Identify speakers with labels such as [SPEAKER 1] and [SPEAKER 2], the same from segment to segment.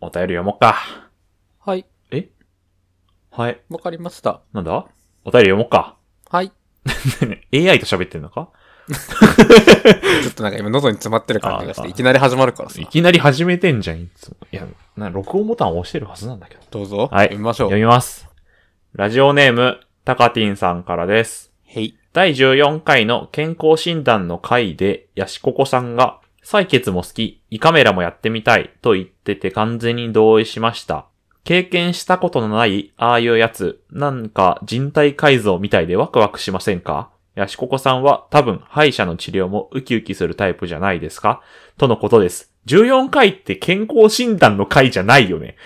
[SPEAKER 1] お便り読もうか。
[SPEAKER 2] はい。
[SPEAKER 1] はい。
[SPEAKER 2] わかりました。
[SPEAKER 1] なんだお便り読もうか。
[SPEAKER 2] はい。
[SPEAKER 1] AI と喋ってんのか
[SPEAKER 2] ちょっとなんか今喉に詰まってる感じがし
[SPEAKER 1] あ
[SPEAKER 2] て、
[SPEAKER 1] ー
[SPEAKER 2] いきなり始まるからさ
[SPEAKER 1] い。きなり始めてんじゃん、いつも。いや、な、録音ボタンを押してるはずなんだけど。
[SPEAKER 2] どうぞ。
[SPEAKER 1] はい
[SPEAKER 2] 読みましょう
[SPEAKER 1] 読。みます。ラジオネーム、タカティンさんからです。
[SPEAKER 2] へい。
[SPEAKER 1] 第14回の健康診断の回で、ヤシココさんが、採血も好き、胃カメラもやってみたいと言ってて完全に同意しました。経験したことのない、ああいうやつ、なんか人体改造みたいでワクワクしませんかヤシココさんは多分歯医者の治療もウキウキするタイプじゃないですかとのことです。14回って健康診断の回じゃないよね。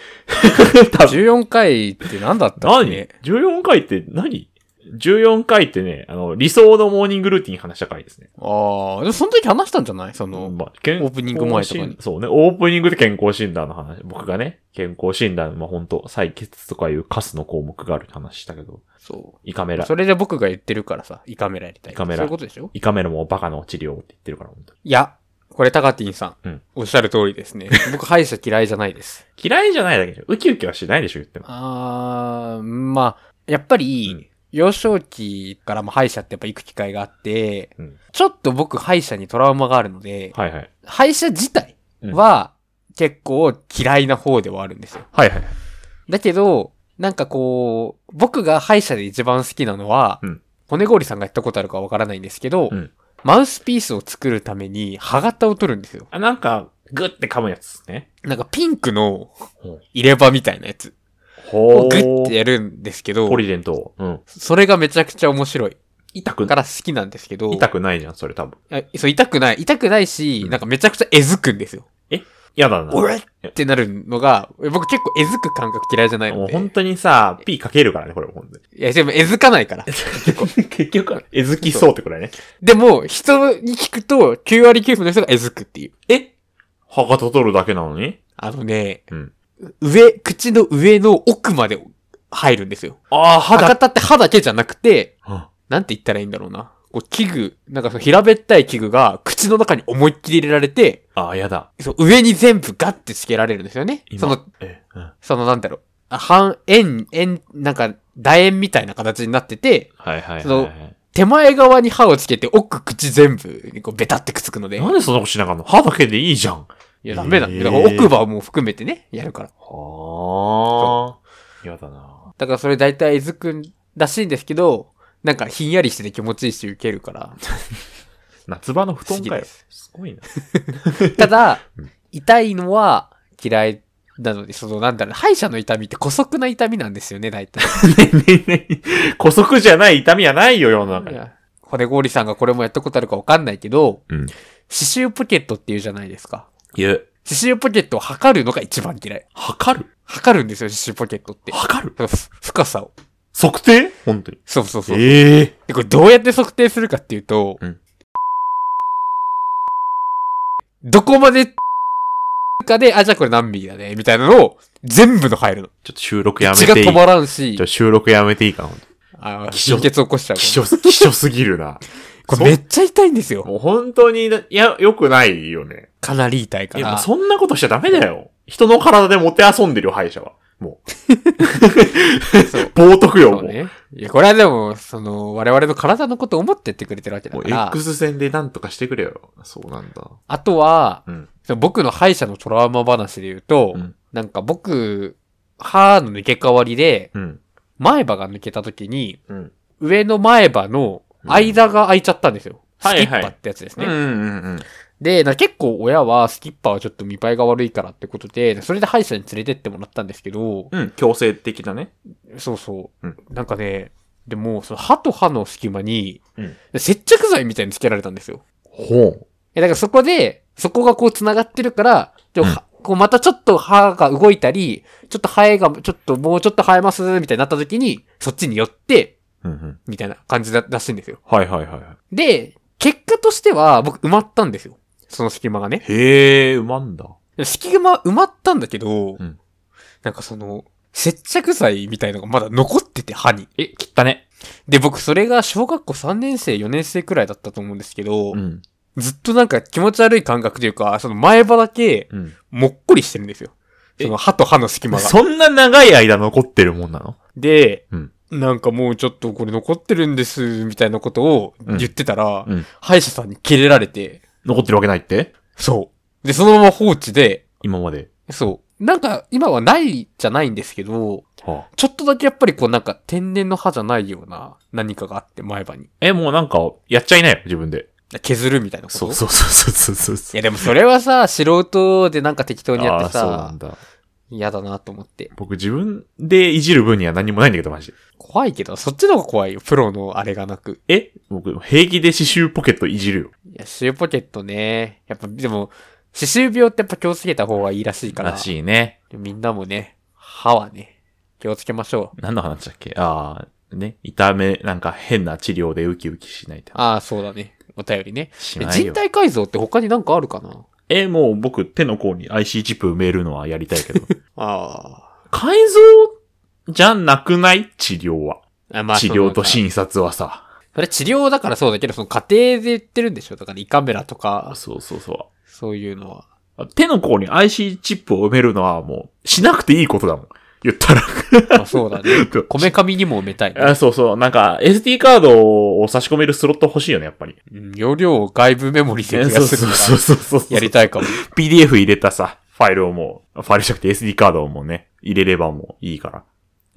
[SPEAKER 1] 多分
[SPEAKER 2] 14回って何だったっ
[SPEAKER 1] 何
[SPEAKER 2] け
[SPEAKER 1] ?14 回って何 ?14 回ってね、あの、理想のモーニングルーティン話した回ですね。
[SPEAKER 2] ああ、でもその時話したんじゃないその、
[SPEAKER 1] まあ、健康
[SPEAKER 2] オープニング前とかに
[SPEAKER 1] 診そうね、オープニングで健康診断の話。僕がね、健康診断、まあ本当採血とかいうカスの項目があるって話したけど、
[SPEAKER 2] そ
[SPEAKER 1] 胃カメ
[SPEAKER 2] う。
[SPEAKER 1] ラ
[SPEAKER 2] そ、れで僕が言ってるからさ、胃カメラやりたい。
[SPEAKER 1] 胃カメラ
[SPEAKER 2] そういうことでしょ
[SPEAKER 1] 胃カメラもバカの治療って言ってるから、本当に
[SPEAKER 2] いや、これタカティンさん。
[SPEAKER 1] うん
[SPEAKER 2] おっしゃる通り ですね。僕、歯医者嫌いじゃないです。
[SPEAKER 1] 嫌いじゃないだけじゃん、ウキウキはしないでしょ、言っても。
[SPEAKER 2] あー、まあ、やっぱり、
[SPEAKER 1] うん
[SPEAKER 2] 幼少期からも歯医者ってやっぱ行く機会があって、
[SPEAKER 1] うん
[SPEAKER 2] ちょっと僕歯医者にトラウマがあるので、
[SPEAKER 1] はいはい。
[SPEAKER 2] 歯医者自体は結構嫌いな方ではあるんですよ。
[SPEAKER 1] はいはい。
[SPEAKER 2] だけど、なんかこう、僕が歯医者で一番好きなのは、
[SPEAKER 1] うん
[SPEAKER 2] 骨氷さんがやったことあるかわからないんですけど、
[SPEAKER 1] うん
[SPEAKER 2] マウスピースを作るために歯型を取るんですよ。
[SPEAKER 1] あ、なんか、グって噛むやつですね。
[SPEAKER 2] なんかピンクの
[SPEAKER 1] ほう
[SPEAKER 2] 入れ歯みたいなやつ
[SPEAKER 1] ほ
[SPEAKER 2] をグッてやるんですけど
[SPEAKER 1] ポ、リデント。うん。
[SPEAKER 2] それがめちゃくちゃ面白い。
[SPEAKER 1] 痛く
[SPEAKER 2] か、ら好きなんですけど、
[SPEAKER 1] 痛くないじゃん、それ多分。
[SPEAKER 2] あそう痛くない。痛くないし、
[SPEAKER 1] うん
[SPEAKER 2] なんかめちゃくちゃえずくんですよ。
[SPEAKER 1] 嫌だな。
[SPEAKER 2] おれってなるのが、僕結構えずく感覚嫌いじゃない
[SPEAKER 1] も
[SPEAKER 2] の
[SPEAKER 1] う
[SPEAKER 2] で。
[SPEAKER 1] 本当にさ、P かけるからね、これ本当 に。
[SPEAKER 2] いや、でもえずかないから。
[SPEAKER 1] 結局は、えずきそうってくらいね。
[SPEAKER 2] でも、人に聞くと、9割9分の人がえずくっていう。
[SPEAKER 1] え歯型取るだけなのに
[SPEAKER 2] あのね、
[SPEAKER 1] うん
[SPEAKER 2] 上、口の上の奥まで入るんですよ。
[SPEAKER 1] ああ、歯
[SPEAKER 2] 歯型って歯だけじゃなくて、
[SPEAKER 1] だ。
[SPEAKER 2] なんて言ったらいいんだろうな。こう、器具、なんかその平べったい器具が口の中に思いっきり入れられて、
[SPEAKER 1] ああ、やだ。
[SPEAKER 2] そう上に全部ガッてつけられるんですよね。
[SPEAKER 1] 今
[SPEAKER 2] その、、
[SPEAKER 1] え、うん。
[SPEAKER 2] そのなんだろう。あ半円、円、なんか、楕円みたいな形になってて、
[SPEAKER 1] はいはいはい
[SPEAKER 2] その
[SPEAKER 1] はい。
[SPEAKER 2] 手前側に歯をつけて、奥口全部にこうベタってくっつくので。
[SPEAKER 1] なんでそんなことしなかったの歯だけでいいじゃん。
[SPEAKER 2] いや、ダメだ。
[SPEAKER 1] へ
[SPEAKER 2] だ
[SPEAKER 1] ー
[SPEAKER 2] から奥歯も含めてね、やるから。
[SPEAKER 1] はあ。やだな。
[SPEAKER 2] だからそれ大体、えずくんらしいんですけど、なんかひんやりしてて気持ちいいし、受ける から。
[SPEAKER 1] 夏場の布団
[SPEAKER 2] 好き
[SPEAKER 1] かよ。
[SPEAKER 2] です
[SPEAKER 1] ごいな。
[SPEAKER 2] ただ
[SPEAKER 1] うん、
[SPEAKER 2] 痛いのは嫌いなので、その、なんだろう、歯医者の痛みって姑息な痛みなんですよね、大体。
[SPEAKER 1] ねねね古速じゃない痛みはないよ、世の中
[SPEAKER 2] い
[SPEAKER 1] に。
[SPEAKER 2] や骨氷さんがこれもやったことあるかわかんないけど、
[SPEAKER 1] うん。
[SPEAKER 2] 刺繍ポケットっていうじゃないですか。
[SPEAKER 1] 言う。
[SPEAKER 2] 刺繍ポケットを測るのが一番嫌い。
[SPEAKER 1] 測る
[SPEAKER 2] 測るんですよ、刺繍ポケットって。
[SPEAKER 1] 測る
[SPEAKER 2] そのふ深さを。
[SPEAKER 1] 測定本当に。
[SPEAKER 2] そうそうそう。
[SPEAKER 1] ええ。
[SPEAKER 2] でこれどうやって測定するかっていうと、
[SPEAKER 1] うん
[SPEAKER 2] どこまで、かで、あ、じゃあこれ何ミリだね、みたいなのを全部の入るの。
[SPEAKER 1] ちょっと収録やめ
[SPEAKER 2] 血
[SPEAKER 1] て
[SPEAKER 2] が
[SPEAKER 1] いい。
[SPEAKER 2] 止
[SPEAKER 1] ちょ
[SPEAKER 2] まらんし
[SPEAKER 1] っと、収録やめていいかな。
[SPEAKER 2] あの、
[SPEAKER 1] 気象
[SPEAKER 2] 貧血起こしちゃうか
[SPEAKER 1] 希
[SPEAKER 2] ら
[SPEAKER 1] 少す、希少すぎるな。
[SPEAKER 2] これめっちゃ痛いんですよ。
[SPEAKER 1] もう本当に、いや、良くないよね。
[SPEAKER 2] かなり痛いか
[SPEAKER 1] いや、もう
[SPEAKER 2] ら。
[SPEAKER 1] そんなことしちゃダメだよ。人の体でもて遊んでるよ、歯医者は。も。
[SPEAKER 2] そう
[SPEAKER 1] 冒涜よ、も
[SPEAKER 2] そう
[SPEAKER 1] う。
[SPEAKER 2] ね。いや、これはでも、その、我々の体のことを思ってやってくれてるわけだ
[SPEAKER 1] もう
[SPEAKER 2] から。
[SPEAKER 1] X 線でなんとかしてくれよ。そうなんだ。
[SPEAKER 2] あとは、
[SPEAKER 1] うん。
[SPEAKER 2] その僕の歯医者のトラウマ話で言うと、
[SPEAKER 1] うん
[SPEAKER 2] なんか僕、歯の抜け替わりで、
[SPEAKER 1] うん。
[SPEAKER 2] 前歯が抜けた時に、
[SPEAKER 1] うん。
[SPEAKER 2] 上の前歯の間が空いちゃったんですよ。
[SPEAKER 1] うん
[SPEAKER 2] スキッ
[SPEAKER 1] はい
[SPEAKER 2] パ
[SPEAKER 1] はい
[SPEAKER 2] ってやつです
[SPEAKER 1] う
[SPEAKER 2] ね。
[SPEAKER 1] んうんうん。
[SPEAKER 2] で、なんか結構親はスキッパはちょっと見栄えが悪いからってことで、それで歯医者に連れてってもらったんですけど、
[SPEAKER 1] うん、強制的だね。
[SPEAKER 2] そうそう。
[SPEAKER 1] うん
[SPEAKER 2] なんかね、でも、その歯と歯の隙間に、
[SPEAKER 1] うん
[SPEAKER 2] 接着剤みたいにつけられたんですよ。
[SPEAKER 1] ほう。
[SPEAKER 2] え、だからそこで、そこがこう繋がってるから、でもはこうまたちょっと歯が動いたり、ちょっとハエが、ちょっともうちょっと生えます、みたいになった時に、そっちに寄って、
[SPEAKER 1] うんうん。
[SPEAKER 2] みたいな感じだらしいんですよ。
[SPEAKER 1] はいはいはいはい。
[SPEAKER 2] で、結果としては僕埋まったんですよ。その隙間がね。
[SPEAKER 1] へえ、うまんだ。
[SPEAKER 2] 隙間埋まったんだけど、
[SPEAKER 1] うん
[SPEAKER 2] なんかその、接着剤みたいのがまだ残ってて歯に。
[SPEAKER 1] え、切ったね。
[SPEAKER 2] で、僕それが小学校3年生、4年生くらいだったと思うんですけど、
[SPEAKER 1] うん。
[SPEAKER 2] ずっとなんか気持ち悪い感覚というか、その前歯だけ
[SPEAKER 1] うん。
[SPEAKER 2] もっこりしてるんですよ。
[SPEAKER 1] え
[SPEAKER 2] その歯と歯の隙間が。
[SPEAKER 1] そんな長い間残ってるもんなの
[SPEAKER 2] で、
[SPEAKER 1] うん
[SPEAKER 2] なんかもうちょっとこれ残ってるんです、みたいなことを言ってたら、
[SPEAKER 1] うんうん
[SPEAKER 2] 歯医者さんにキレられて、
[SPEAKER 1] 残ってるわけないって
[SPEAKER 2] そう。で、そのまま放置で、
[SPEAKER 1] 今まで。
[SPEAKER 2] そう。なんか、今はないじゃないんですけど、
[SPEAKER 1] はあ
[SPEAKER 2] ちょっとだけやっぱりこうなんか天然の歯じゃないような何かがあって前歯に。
[SPEAKER 1] え、もうなんか、やっちゃいないよ、自分で。
[SPEAKER 2] 削るみたいなこと
[SPEAKER 1] そうそうそうそうそうそう。
[SPEAKER 2] いやでもそれはさ、素人でなんか適当にや
[SPEAKER 1] あ
[SPEAKER 2] っ
[SPEAKER 1] あ
[SPEAKER 2] て
[SPEAKER 1] そうな
[SPEAKER 2] さ
[SPEAKER 1] ん、だ。
[SPEAKER 2] 嫌だなと思って。
[SPEAKER 1] 僕自分でいじる分には何もないんだけど、マジで。
[SPEAKER 2] 怖いけど、そっちの方が怖いよ。プロのあれがなく。
[SPEAKER 1] え僕、平気で刺繍ポケットいじるよ。
[SPEAKER 2] いや、シューポケットね。やっぱ、でも、歯周病ってやっぱ気をつけた方がいいらしいから。
[SPEAKER 1] らしいね。
[SPEAKER 2] みんなもね、歯はね、気をつけましょう。
[SPEAKER 1] 何の話だっけああ、ね。痛め、なんか変な治療でウキウキしないと。
[SPEAKER 2] ああ、そうだね。お便りね。
[SPEAKER 1] し
[SPEAKER 2] え
[SPEAKER 1] ない
[SPEAKER 2] 人
[SPEAKER 1] よ。
[SPEAKER 2] 体改造って他になんかあるかな
[SPEAKER 1] え、もう僕、手の甲に IC チップ埋めるのはやりたい けど。
[SPEAKER 2] あ
[SPEAKER 1] 改造じゃなくない治療は。
[SPEAKER 2] あ。まあ、
[SPEAKER 1] 治療と
[SPEAKER 2] その
[SPEAKER 1] 診察はさ。
[SPEAKER 2] それ治療だからそうだけど、その家庭で言ってるんでしょだから胃カメラとか
[SPEAKER 1] あ、そうそうそ
[SPEAKER 2] そういうのは。
[SPEAKER 1] う。手の甲に IC チップを埋めるのはもう、しなくていいことだもん。言った ら。
[SPEAKER 2] まあ、そう だね。こめかみにも埋めたい、ね
[SPEAKER 1] あそうそう。なんか、SD カードを差し込めるスロット欲しいよね、やっぱり。
[SPEAKER 2] うん容量を外部メモリで
[SPEAKER 1] そう
[SPEAKER 2] 増や
[SPEAKER 1] そう
[SPEAKER 2] すと
[SPEAKER 1] そう
[SPEAKER 2] か、
[SPEAKER 1] そうそう。
[SPEAKER 2] やりたいかも。
[SPEAKER 1] PDF 入れたさ、ファイルをもう、ファイルじゃなくて SD カードをもうね、入れればもういいから。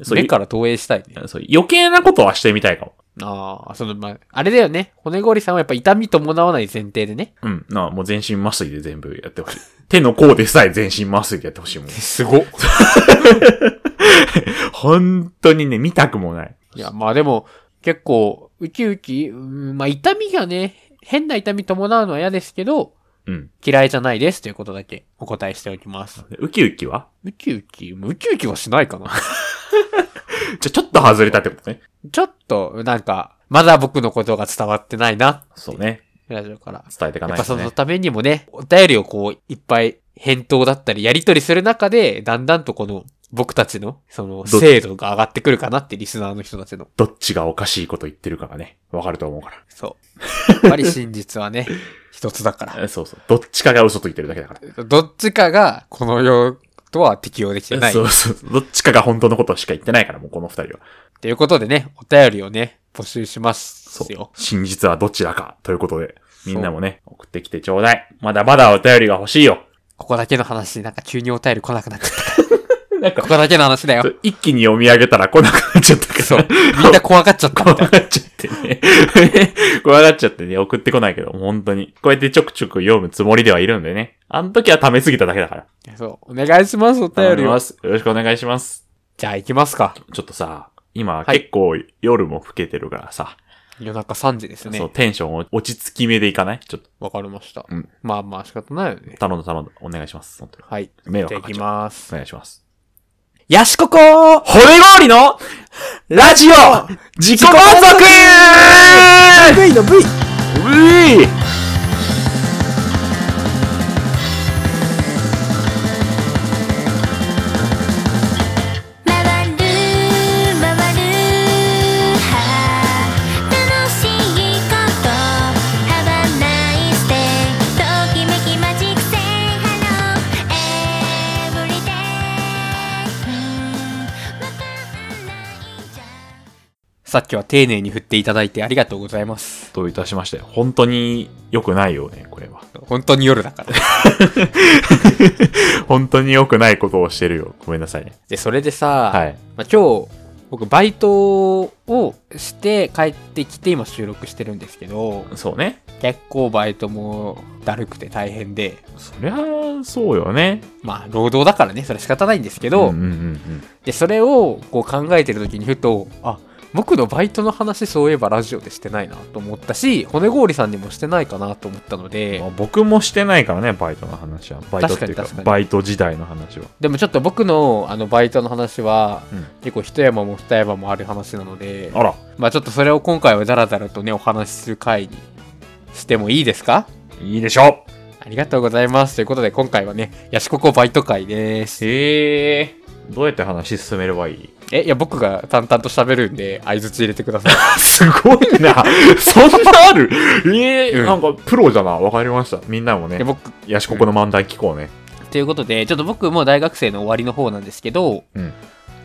[SPEAKER 1] そう
[SPEAKER 2] 目
[SPEAKER 1] い
[SPEAKER 2] から投影したいね。
[SPEAKER 1] そう余計なことはしてみたいかも。
[SPEAKER 2] ああ、その、まあ、あれだよね。骨ごりさんはやっぱ痛み伴わない前提でね。
[SPEAKER 1] うん。なあもう全身麻酔で全部やってほしい。手の甲でさえ全身麻酔でやってほしいもん。
[SPEAKER 2] すご。 い
[SPEAKER 1] 本当にね、見たくもない。
[SPEAKER 2] や、まあでも、結構、ウキウキ、うんまあ痛みがね、変な痛み伴うのは嫌ですけど、
[SPEAKER 1] うん。
[SPEAKER 2] 嫌いじゃないですということだけお答えしておきます。
[SPEAKER 1] ウキウキは
[SPEAKER 2] ウキウキ、ウキウキはしないか な。
[SPEAKER 1] じゃ、ちょっと外れたってことね。
[SPEAKER 2] ちょっと、なんか、まだ僕のことが伝わってないな、
[SPEAKER 1] そうね。
[SPEAKER 2] ラジオから。
[SPEAKER 1] 伝えていか
[SPEAKER 2] や
[SPEAKER 1] な
[SPEAKER 2] っ
[SPEAKER 1] い
[SPEAKER 2] ぱ
[SPEAKER 1] と
[SPEAKER 2] そ
[SPEAKER 1] ね
[SPEAKER 2] の。ためにもね、お便りをこう、いっぱい返答だったり、やり取りする中で、だんだんとこの、僕たちの、その、
[SPEAKER 1] ど
[SPEAKER 2] 精度が上がってくるかなって、リスナーの人たちの。
[SPEAKER 1] どっちがおかしいこと言ってるかがね、わかると思うから。
[SPEAKER 2] そう。やっぱり真実はね、 一つだか
[SPEAKER 1] えそうそう。どっちかが嘘と言ってるだけだから。
[SPEAKER 2] ら。どっちかが、この世とは適用できてない。
[SPEAKER 1] そうそう。どっちかが本当のことしか言ってないから、もうこの二人は。
[SPEAKER 2] ということでね、お便りをね、募集します
[SPEAKER 1] そう
[SPEAKER 2] よ。。
[SPEAKER 1] 真実はどちらか、ということで。みんなもね、送ってきてちょうだい。まだまだお便りが欲しいよ。
[SPEAKER 2] ここだけの話、なんか急にお便り来なくなっちゃった。
[SPEAKER 1] なんか
[SPEAKER 2] こ、こだけの話だよ。
[SPEAKER 1] 一気に読み上げたら来なくなっちゃったから。
[SPEAKER 2] そう。みんな怖がっちゃったみ
[SPEAKER 1] 怖
[SPEAKER 2] たいな。
[SPEAKER 1] がっちゃってね。 怖がっちゃってね、送ってこないけど、本当に。こうやってちょくちょく読むつもりではいるんでね。あの時は溜めすぎただけだから。
[SPEAKER 2] そう。お願いします、お便
[SPEAKER 1] 頼
[SPEAKER 2] り
[SPEAKER 1] り
[SPEAKER 2] を
[SPEAKER 1] ま。す。よろしくお願いします。
[SPEAKER 2] じゃあ行きますか。
[SPEAKER 1] ちょっとさ、今、
[SPEAKER 2] はい
[SPEAKER 1] 結構夜も更けてるからさ、
[SPEAKER 2] 夜中3時ですね
[SPEAKER 1] そう、。テンション落ち着き目でいかないちょっと、
[SPEAKER 2] わかりました。
[SPEAKER 1] うん
[SPEAKER 2] まあまあ仕方ないよね。
[SPEAKER 1] 頼んだ頼んだ、お願いします。本当に。
[SPEAKER 2] はい。
[SPEAKER 1] 迷
[SPEAKER 2] じ
[SPEAKER 1] 惑
[SPEAKER 2] ゃ
[SPEAKER 1] か
[SPEAKER 2] あ行
[SPEAKER 1] かっ
[SPEAKER 2] き
[SPEAKER 1] ちゃう
[SPEAKER 2] ま
[SPEAKER 1] お
[SPEAKER 2] す。
[SPEAKER 1] 願いします。
[SPEAKER 2] ヤシココー
[SPEAKER 1] 褒め氷のラジオ自己満足
[SPEAKER 2] !V の V!
[SPEAKER 1] うい
[SPEAKER 3] 回る回る楽しいことハバナイスデイときめきマジックセイハローエブリデイわかんないじゃん
[SPEAKER 2] さっきは丁寧に振っていただいてありがとうございます。
[SPEAKER 1] どういたしまして、本当に良くないよね、これは。
[SPEAKER 2] 本当に夜だから。
[SPEAKER 1] 本当に良くないことをしてるよ。ごめんなさいね。
[SPEAKER 2] で、それでさ、
[SPEAKER 1] はい。
[SPEAKER 2] まあ、今日、僕バイトをして帰ってきて今収録してるんですけど、
[SPEAKER 1] そうね。
[SPEAKER 2] 結構バイトもだるくて大変で、
[SPEAKER 1] そりゃ、そうよね。
[SPEAKER 2] まあ労働だからね、それは仕方ないんですけ
[SPEAKER 1] うんう
[SPEAKER 2] ど、
[SPEAKER 1] んうん
[SPEAKER 2] でそれをこう考えてる時にふとあ僕のバイトの話そういえばラジオでしてないなと思ったし骨氷さんにもしてないかなと思ったの
[SPEAKER 1] うん。ま
[SPEAKER 2] で
[SPEAKER 1] あ僕もしてないからね、バイトの話は。バイトっていうか、
[SPEAKER 2] 確かに確かに
[SPEAKER 1] バイト時代の話は。
[SPEAKER 2] でもちょっと僕のあのバイトの話は、
[SPEAKER 1] うん
[SPEAKER 2] 結構一山も二山もある話なので
[SPEAKER 1] あら、
[SPEAKER 2] まあちょっとそれを今回はダラダラとねお話しする回にしてもいいですか
[SPEAKER 1] いいでしょ
[SPEAKER 2] ありがとうございますということで今回はねヤシココバイト会です
[SPEAKER 1] へえ。どうやって話進めればい い
[SPEAKER 2] えいや僕が淡々と喋るんで相槌入れてください
[SPEAKER 1] すごいな。 そんなあるええ
[SPEAKER 2] うん
[SPEAKER 1] なんかプロじゃな。わかりました。みんなもね
[SPEAKER 2] で。僕
[SPEAKER 1] ヤシココの漫談聞こうね。
[SPEAKER 2] とということで、ちょっと僕もう大学生の終わりの方なんですけど、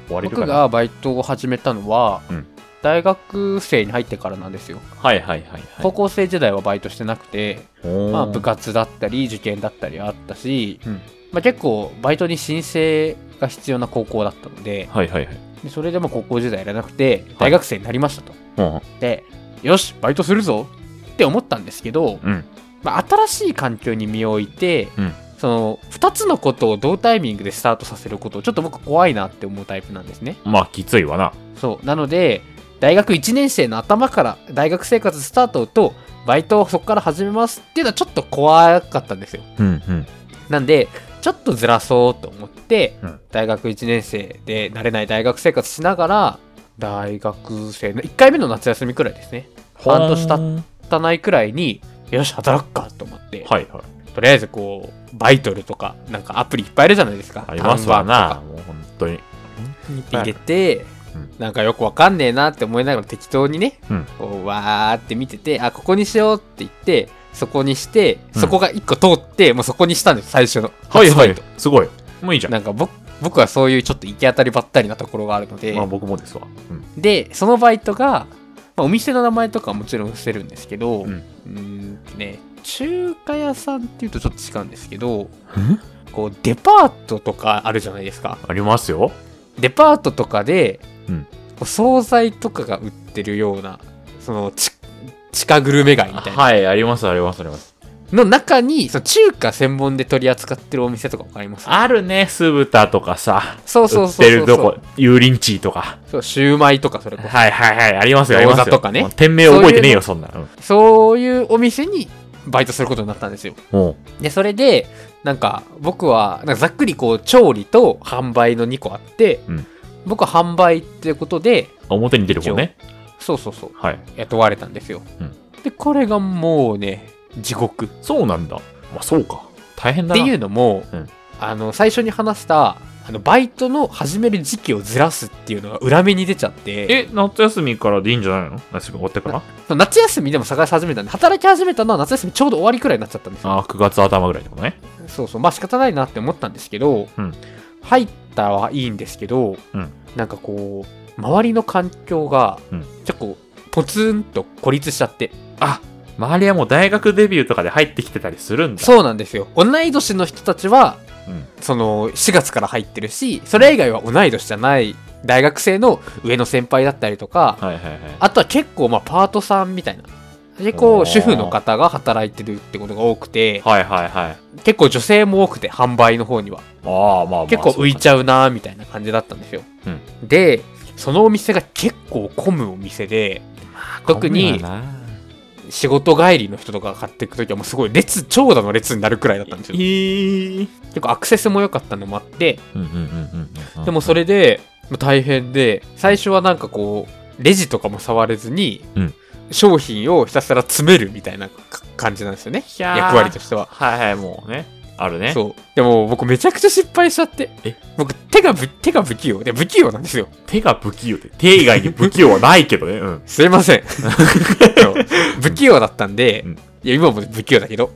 [SPEAKER 1] 終われる
[SPEAKER 2] 僕
[SPEAKER 1] かな
[SPEAKER 2] がバイトを始めたのは、
[SPEAKER 1] うん
[SPEAKER 2] 大学生に入ってからなんですよ。
[SPEAKER 1] はいはいはいはい。
[SPEAKER 2] 高校生時代はバイトしてなくて、ま
[SPEAKER 1] ま
[SPEAKER 2] あ、部活だったり受験だったりあったし、
[SPEAKER 1] うん
[SPEAKER 2] まあ、結構バイトに申請が必要な高校だったので
[SPEAKER 1] はいはいはい。
[SPEAKER 2] でそれでも高校時代やらなくて大学生になりましたと、
[SPEAKER 1] うん
[SPEAKER 2] でよしバイトするぞって思ったんですけど、
[SPEAKER 1] うん。
[SPEAKER 2] まあ、新しい環境に身を置いて、
[SPEAKER 1] うん
[SPEAKER 2] その2つのことを同タイミングでスタートさせることちょっと僕怖いなって思うタイプなんですね
[SPEAKER 1] まあ、きついわな。
[SPEAKER 2] そうなので大学1年生の頭から大学生活スタートとバイトをそこから始めますっていうのはちょっと怖かったんですよ
[SPEAKER 1] うんうん。
[SPEAKER 2] なんで、ちょっとずらそうと思って、
[SPEAKER 1] うん
[SPEAKER 2] 大学1年生で慣れない大学生活しながら、大学生の1回目の夏休みくらいですね。半年経
[SPEAKER 1] は
[SPEAKER 2] たないくらいに、よし、働くかと思って、
[SPEAKER 1] いはい。
[SPEAKER 2] とりあえずこう、バイトルとか、なんかアプリいっぱいあるじゃないですか。
[SPEAKER 1] ありますわな。
[SPEAKER 2] タウンワーク
[SPEAKER 1] もう本当に。本当にいっ
[SPEAKER 2] とか
[SPEAKER 1] ぱいあ
[SPEAKER 2] 入れ
[SPEAKER 1] る
[SPEAKER 2] て
[SPEAKER 1] うん、
[SPEAKER 2] なんかよくわかんねえなって思いながら適当にね、
[SPEAKER 1] うん
[SPEAKER 2] こうわーって見てて、あ、ここにしようって言って、そこにして、そこが1個通って、もうそこにしたんです、最初の。
[SPEAKER 1] はいは
[SPEAKER 2] 初バイ
[SPEAKER 1] い
[SPEAKER 2] ト。
[SPEAKER 1] すごい。もういいじゃん。
[SPEAKER 2] なんか僕僕はそういうちょっと行き当たりばったりなところがあるので、
[SPEAKER 1] まあ、僕もですわ。うん。
[SPEAKER 2] でそのバイトが、まあ、お店の名前とかはもちろん伏せるんですけど、う
[SPEAKER 1] うん
[SPEAKER 2] ーんとね中華屋さんっていうとちょっと違うんですけどこうデパートとかあるじゃないですか
[SPEAKER 1] ありますよ。
[SPEAKER 2] デパートとかで、
[SPEAKER 1] うん
[SPEAKER 2] こう惣菜とかが売ってるようなそのち地下グルメ街みたいな
[SPEAKER 1] はい、ありますありますあります。
[SPEAKER 2] の中にその中華専門で取り扱ってるお店とかわかります
[SPEAKER 1] あるね、酢豚とかさ。
[SPEAKER 2] そうそうそうそう
[SPEAKER 1] 売ってるとこ、油淋鶏とか。
[SPEAKER 2] そうシューマイとかそれこそ
[SPEAKER 1] はいはいはい、ありますよ、ありますよ。
[SPEAKER 2] 餃子とかね
[SPEAKER 1] もう店名覚えてねえよ、そんな。うん
[SPEAKER 2] そういうお店にバイトすることになったんですよ。
[SPEAKER 1] おう
[SPEAKER 2] で、それで、なんか僕は、なんかざっくりこう、調理と販売の2個あって、
[SPEAKER 1] うん
[SPEAKER 2] 僕は販売っていうことで、
[SPEAKER 1] 表に出る方ね。
[SPEAKER 2] そうそうそう、
[SPEAKER 1] はい。
[SPEAKER 2] 雇われたんですよ。
[SPEAKER 1] うん
[SPEAKER 2] で、これがもうね、地獄。っ
[SPEAKER 1] そうなんだ。まあ、そうか。大変だ
[SPEAKER 2] て
[SPEAKER 1] な。
[SPEAKER 2] いうのも、
[SPEAKER 1] うん
[SPEAKER 2] あの、最初に話した、あのバイトの始める時期をずらすっていうのが裏目に出ちゃって、
[SPEAKER 1] え、夏休みからでいいんじゃないの夏休み終わってから
[SPEAKER 2] その夏休みでも探し始めたんで、働き始めたのは夏休みちょうど終わりくらいになっちゃったんですよ
[SPEAKER 1] ああ、9月頭ぐらいってことね。
[SPEAKER 2] そうそうまあ仕方ないなって思ったんですけど、
[SPEAKER 1] うん
[SPEAKER 2] 入ったはいいんですけど、
[SPEAKER 1] うん
[SPEAKER 2] なんかこう周りの環境が
[SPEAKER 1] うん
[SPEAKER 2] ちょっとこうポツンと孤立しちゃって、
[SPEAKER 1] あ、周りはもう大学デビューとかで入ってきてたりするんだ。
[SPEAKER 2] そうなんですよ同い年の人たちは
[SPEAKER 1] うん。
[SPEAKER 2] その4月から入ってるしそれ以外は同い年じゃない大学生の上の先輩だったりとか、
[SPEAKER 1] はいはいはい。
[SPEAKER 2] あとは結構まあパートさんみたいな結構
[SPEAKER 1] おー
[SPEAKER 2] 主婦の方が働いてるってことが多くて
[SPEAKER 1] はいはいはい。
[SPEAKER 2] 結構女性も多くて販売の方には
[SPEAKER 1] ああ、まあまあ。
[SPEAKER 2] 結構浮いち
[SPEAKER 1] ゃ
[SPEAKER 2] ゃうなーみたいな感じだったんですよ、
[SPEAKER 1] うん
[SPEAKER 2] でそのお店が結構混むお店で特に仕事帰りの人とかが買っていく時はもうすごい列長蛇の列になるくらいだったんですよ
[SPEAKER 1] いい。
[SPEAKER 2] 結構アクセスも良かったのもあって
[SPEAKER 1] うんうんうんうん。
[SPEAKER 2] でもそれでまあ大変で最初はなんかこうレジとかも触れずに、
[SPEAKER 1] うん
[SPEAKER 2] 商品をひたすら詰めるみたいなか感じなんですよね
[SPEAKER 1] ひゃー
[SPEAKER 2] 役割としては
[SPEAKER 1] はいはい、もうね。あるね。
[SPEAKER 2] そうでも僕めちゃくちゃ失敗しちゃって
[SPEAKER 1] え
[SPEAKER 2] 僕手がぶ手が不器用で不器用なんですよ
[SPEAKER 1] 手が不器用で。手以外に不器用はないけどね。うん。
[SPEAKER 2] すい ません。そう不器用だったんで、
[SPEAKER 1] うん
[SPEAKER 2] いや、今も不器用だけど、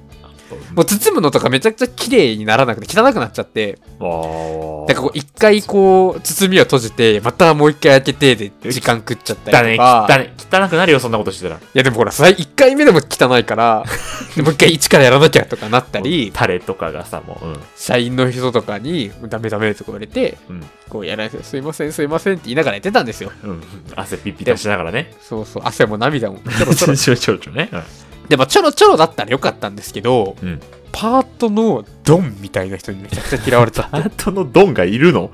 [SPEAKER 2] もう包むのとかめちゃくちゃ綺麗にならなくて、汚くなっちゃって、
[SPEAKER 1] ああ。
[SPEAKER 2] なんかこう、一回こう、包みを閉じて、またもう一回開けてで、時間食っちゃった
[SPEAKER 1] だ
[SPEAKER 2] り
[SPEAKER 1] ね、
[SPEAKER 2] とか。
[SPEAKER 1] 汚ね、汚くなるよ、そんなことしてたら。
[SPEAKER 2] いや、でもほら、さ一回目でも汚い から、でもう一回一からやらなきゃとかなったり、
[SPEAKER 1] タレとかがさ、もう、うん。
[SPEAKER 2] 社員の人とかに、ダメダメとか言われて、
[SPEAKER 1] うん
[SPEAKER 2] こうやられて、すいません、すいませんって言いながらやってたんですよ。
[SPEAKER 1] うん。汗ピッピ出しながら ね。
[SPEAKER 2] そうそう、汗も 涙も。
[SPEAKER 1] ちょろちょろちょろちょろね。
[SPEAKER 2] でも、ちょろちょろだったらよかったんですけど、
[SPEAKER 1] うん。
[SPEAKER 2] パートのドンみたいな人にめちゃくちゃ嫌われちゃ っ
[SPEAKER 1] パートのドンがいるの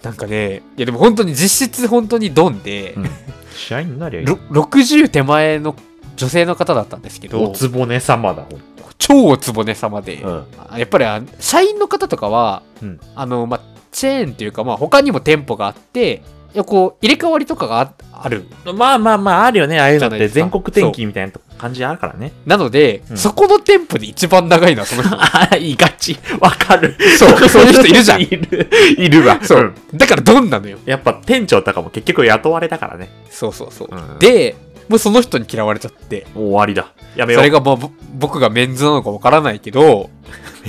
[SPEAKER 2] た。なんかね、いやでも本当に実質本当にドンで、
[SPEAKER 1] うん試合になりゃいい
[SPEAKER 2] ろ。60手前の女性の方だったんですけ
[SPEAKER 1] お
[SPEAKER 2] ど、
[SPEAKER 1] つぼね様だ、ほん
[SPEAKER 2] 超おつぼね様で、
[SPEAKER 1] うん。
[SPEAKER 2] あやっぱりあ社員の方とかは、
[SPEAKER 1] うん
[SPEAKER 2] あの、まあ、チェーンっていうか、まあ、他にも店舗があって、いやこう入れ替わりとかがあある。
[SPEAKER 1] まあまあまあ、あるよね。ああいうのっ
[SPEAKER 2] じゃないで
[SPEAKER 1] て
[SPEAKER 2] すか
[SPEAKER 1] 全国転勤みたいな感じあるからね。
[SPEAKER 2] なので、
[SPEAKER 1] うん
[SPEAKER 2] そこの店舗で一番長いのはその 人。
[SPEAKER 1] ああ、いがち。わかる。
[SPEAKER 2] そう、そういう人いるじゃん
[SPEAKER 1] い。る。 いるわ。
[SPEAKER 2] そ
[SPEAKER 1] ん
[SPEAKER 2] う。だからドンなのよ。
[SPEAKER 1] やっぱ店長とかも結局雇われだからね。
[SPEAKER 2] そうそうそう。
[SPEAKER 1] うん
[SPEAKER 2] で、もうその人に嫌われちゃって。
[SPEAKER 1] もう終わりだ。やめよ。
[SPEAKER 2] そうれがまあぼ僕がメンズなのかわからない けど、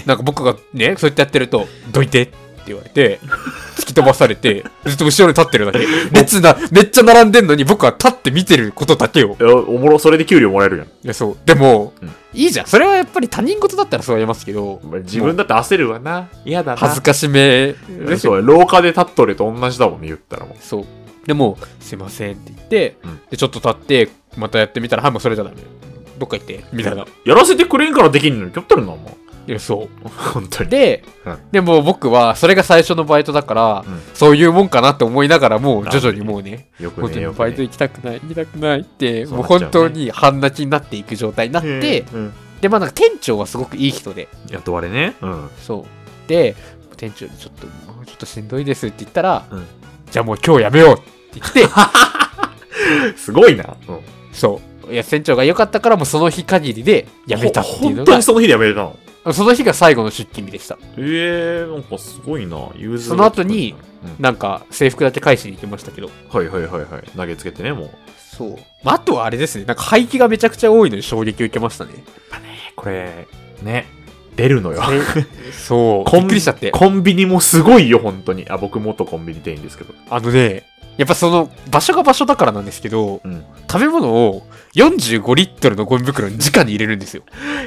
[SPEAKER 2] なんか僕がね、そうやってやってると、どいてって言われて、突き飛ばされて、ずっと後ろに立ってるだけ。列な、めっちゃ並んでんのに僕は立って見てることだけを。
[SPEAKER 1] えおもろ、それで給料もらえるじゃん。
[SPEAKER 2] いや、そう。でも、
[SPEAKER 1] うん
[SPEAKER 2] いいじゃん。それはやっぱり他人事だったらそう言えますけど
[SPEAKER 1] お、前自分だって焦るわな。嫌だな。
[SPEAKER 2] 恥ずかしめです
[SPEAKER 1] そ
[SPEAKER 2] よ。
[SPEAKER 1] う廊下で立っとると同じだもんね、言ったらもう。
[SPEAKER 2] そう。でも、すいませんって言って、
[SPEAKER 1] うん
[SPEAKER 2] で、ちょっと立って、またやってみたら、はい、もうそれじゃダメ。どっか行って、みたいな。
[SPEAKER 1] やらせてくれんからできんのに、やっとるな、も
[SPEAKER 2] いや、そう。
[SPEAKER 1] う。本当に。
[SPEAKER 2] で、
[SPEAKER 1] うん
[SPEAKER 2] でも僕はそれが最初のバイトだから、
[SPEAKER 1] うん
[SPEAKER 2] そういうもんかなって思いながらもう徐々にもうね
[SPEAKER 1] よく
[SPEAKER 2] 本当
[SPEAKER 1] ね、
[SPEAKER 2] に
[SPEAKER 1] よ
[SPEAKER 2] バ
[SPEAKER 1] く
[SPEAKER 2] イト
[SPEAKER 1] ね。
[SPEAKER 2] 行きたくない行きたくないって
[SPEAKER 1] そう
[SPEAKER 2] もう
[SPEAKER 1] なっちゃうね
[SPEAKER 2] 本当に半泣きになっていく状態になって、
[SPEAKER 1] うん、うん
[SPEAKER 2] でまあなんか店長はすごくいい人で
[SPEAKER 1] 雇われね。うん。
[SPEAKER 2] そうで店長にちょっともうちょっとしんどいですって言ったら、
[SPEAKER 1] うん
[SPEAKER 2] じゃあもう今日やめようって言っ て
[SPEAKER 1] すごいな。うん。
[SPEAKER 2] そういや店長が良かったからもうその日限りでやめたっていうの
[SPEAKER 1] ほ本当
[SPEAKER 2] が
[SPEAKER 1] にその日でやめれたの。
[SPEAKER 2] その日が最後の出勤日でした
[SPEAKER 1] ええなんかすごいな。融通
[SPEAKER 2] その後に
[SPEAKER 1] うん、
[SPEAKER 2] なんか制服だけ返しに行きましたけど
[SPEAKER 1] はいはいはいはい。投げつけてね、もう。
[SPEAKER 2] そう。まあ、あとはあれですね。なんか廃棄がめちゃくちゃ多いのに衝撃を受けましたね。
[SPEAKER 1] これ、ね。出るのよ。
[SPEAKER 2] そ う
[SPEAKER 1] コ
[SPEAKER 2] び
[SPEAKER 1] ン
[SPEAKER 2] っくりしちゃって。
[SPEAKER 1] コンビニもすごいよ、本当に。あ、僕元コンビニ店員ですけど。
[SPEAKER 2] あのね、やっぱその場所が場所だからなんですけど、
[SPEAKER 1] うん。
[SPEAKER 2] 食べ物を45リットルのゴミ袋に直に入れるんですよ。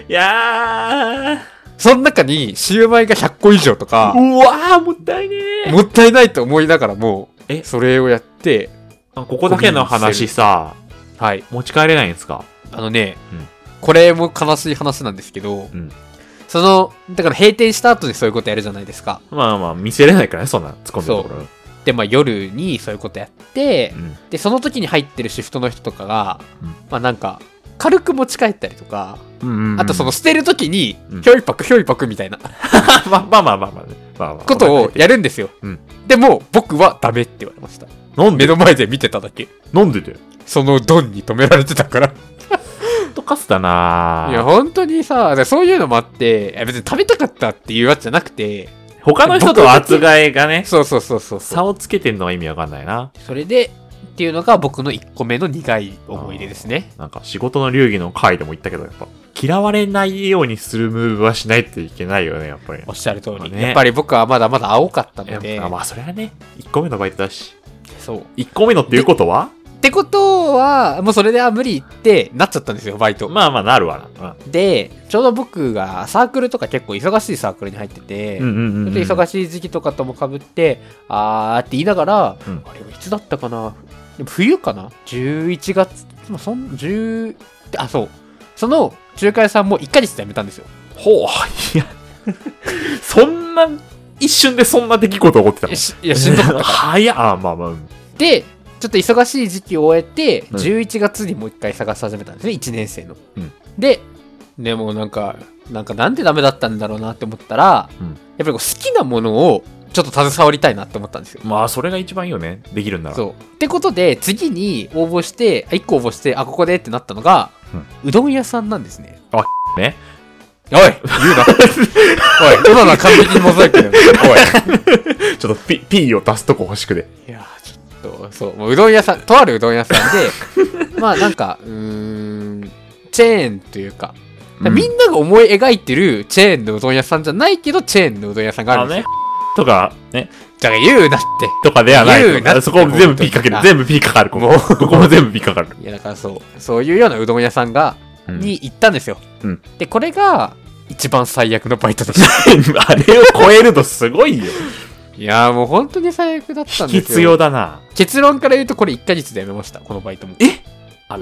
[SPEAKER 1] いやー。
[SPEAKER 2] その中にシューマイが100個以上とか、
[SPEAKER 1] うわー、もったいねー。
[SPEAKER 2] もったいないと思いながらも、
[SPEAKER 1] え
[SPEAKER 2] それをやって、
[SPEAKER 1] あここだけの話さ、
[SPEAKER 2] はい。
[SPEAKER 1] 持ち帰れないんですか
[SPEAKER 2] あのね、
[SPEAKER 1] うん
[SPEAKER 2] これも悲しい話なんですけど、
[SPEAKER 1] うん
[SPEAKER 2] その、だから閉店した後にそういうことやるじゃないですか。
[SPEAKER 1] まあまあ、見せれないからね、そんな、突っ込んでるところ。
[SPEAKER 2] で、まあ夜にそういうことやって、
[SPEAKER 1] うん。
[SPEAKER 2] でその時に入ってるシフトの人とかが、
[SPEAKER 1] うん
[SPEAKER 2] まあなんか軽く持ち帰ったりとか、
[SPEAKER 1] うんうん
[SPEAKER 2] あとその、捨てる時に、
[SPEAKER 1] うん
[SPEAKER 2] ひょいぱくひょいぱく みたいな
[SPEAKER 1] まあまあまあまあまあね、まあまあ
[SPEAKER 2] ことをやるんですよ、
[SPEAKER 1] うん
[SPEAKER 2] でも僕はダメって言われました
[SPEAKER 1] なんで
[SPEAKER 2] 目の前で見てただけ
[SPEAKER 1] なんでだよ。
[SPEAKER 2] そのドンに止められてたから
[SPEAKER 1] ほんとかすだないー
[SPEAKER 2] や本当にさだからそういうのもあっていや別に食べたかったっていうわけじゃなくて
[SPEAKER 1] 他の人とは扱いがね、
[SPEAKER 2] そうそうそうそうそう
[SPEAKER 1] 差をつけてんのは意味わかんないな。
[SPEAKER 2] それでっていうのが僕の1個目の苦い思い出ですね
[SPEAKER 1] なんか仕事の流儀の回でも言ったけど、やっぱ、嫌われないようにするムーブはしないといけないよね、やっぱり
[SPEAKER 2] お。っしゃる通り、
[SPEAKER 1] ね
[SPEAKER 2] やっぱり僕はまだまだ青かった
[SPEAKER 1] や
[SPEAKER 2] の
[SPEAKER 1] っ
[SPEAKER 2] で
[SPEAKER 1] ぱまあ、それはね、1個目のバイトだし。
[SPEAKER 2] そう
[SPEAKER 1] 1個目のっていうことは
[SPEAKER 2] ってことは、もうそれでは無理ってなっちゃったんですよ、バイト。
[SPEAKER 1] まあまあ、なるわな。
[SPEAKER 2] で、ちょうど僕がサークルとか結構忙しいサークルに入ってて、
[SPEAKER 1] うんうんうんうん。
[SPEAKER 2] ちょっと忙しい時期とかともかぶって、あーって言いながら、
[SPEAKER 1] うん
[SPEAKER 2] あれはいつだったかなでも冬かな ?11 月、まあそん、10、あ、そう。その仲介さんも1ヶ月で辞めたんですよ。
[SPEAKER 1] ほう、いや、 そんな、一瞬でそんな出来事起こってたの
[SPEAKER 2] えしいや、しんどかったか
[SPEAKER 1] 早っあ、まあまあ、うん
[SPEAKER 2] ら。で、ちょっと忙しい時期を終えて、
[SPEAKER 1] うん
[SPEAKER 2] 11月にもう一回探し始めたんですね、1年生の。
[SPEAKER 1] うん
[SPEAKER 2] で、でもなんか、なんかなんでダメだったんだろうなって思ったら、
[SPEAKER 1] うん
[SPEAKER 2] やっぱりこう好きなものをちょっと携わりたいなって思ったんですよ。
[SPEAKER 1] まあ、それが一番いいよね。できるんなら。
[SPEAKER 2] そう。ってことで、次に応募して、1個応募して、あ、ここでってなったのが、うどん屋さんなんですね。
[SPEAKER 1] う。ね。
[SPEAKER 2] おい言うな。おい、今のは完璧にモザイクだよ。お い。
[SPEAKER 1] ちょっとピ、P を出すとこ欲しくで。
[SPEAKER 2] いやーちょっとそうもううどん屋さんとあるうどん屋さん でまあなんかうーんチェーンというか
[SPEAKER 1] うん
[SPEAKER 2] みんなが思い描いてるチェーンのうどん屋さんじゃないけどチェーンのうどん屋さんがある
[SPEAKER 1] あ
[SPEAKER 2] んです
[SPEAKER 1] ね
[SPEAKER 2] よ、。
[SPEAKER 1] とか、ね。
[SPEAKER 2] だから言うなって
[SPEAKER 1] とかではない
[SPEAKER 2] 言うな
[SPEAKER 1] そこ全部 P かける
[SPEAKER 2] 本。当に
[SPEAKER 1] 全部 P かかる。ここ
[SPEAKER 2] もう
[SPEAKER 1] ここも全部 P かかる。
[SPEAKER 2] いやだからそうそういうようなうどん屋さんが、
[SPEAKER 1] うん
[SPEAKER 2] に行ったんですよ、
[SPEAKER 1] うん
[SPEAKER 2] でこれが一番最悪のバイトでし た
[SPEAKER 1] あれを超えるとすごいよ。
[SPEAKER 2] いやーもう本当に最悪だったんですよ
[SPEAKER 1] 必要だな。
[SPEAKER 2] 結論から言うとこれ1ヶ月でやめましたこのバイトも
[SPEAKER 1] あ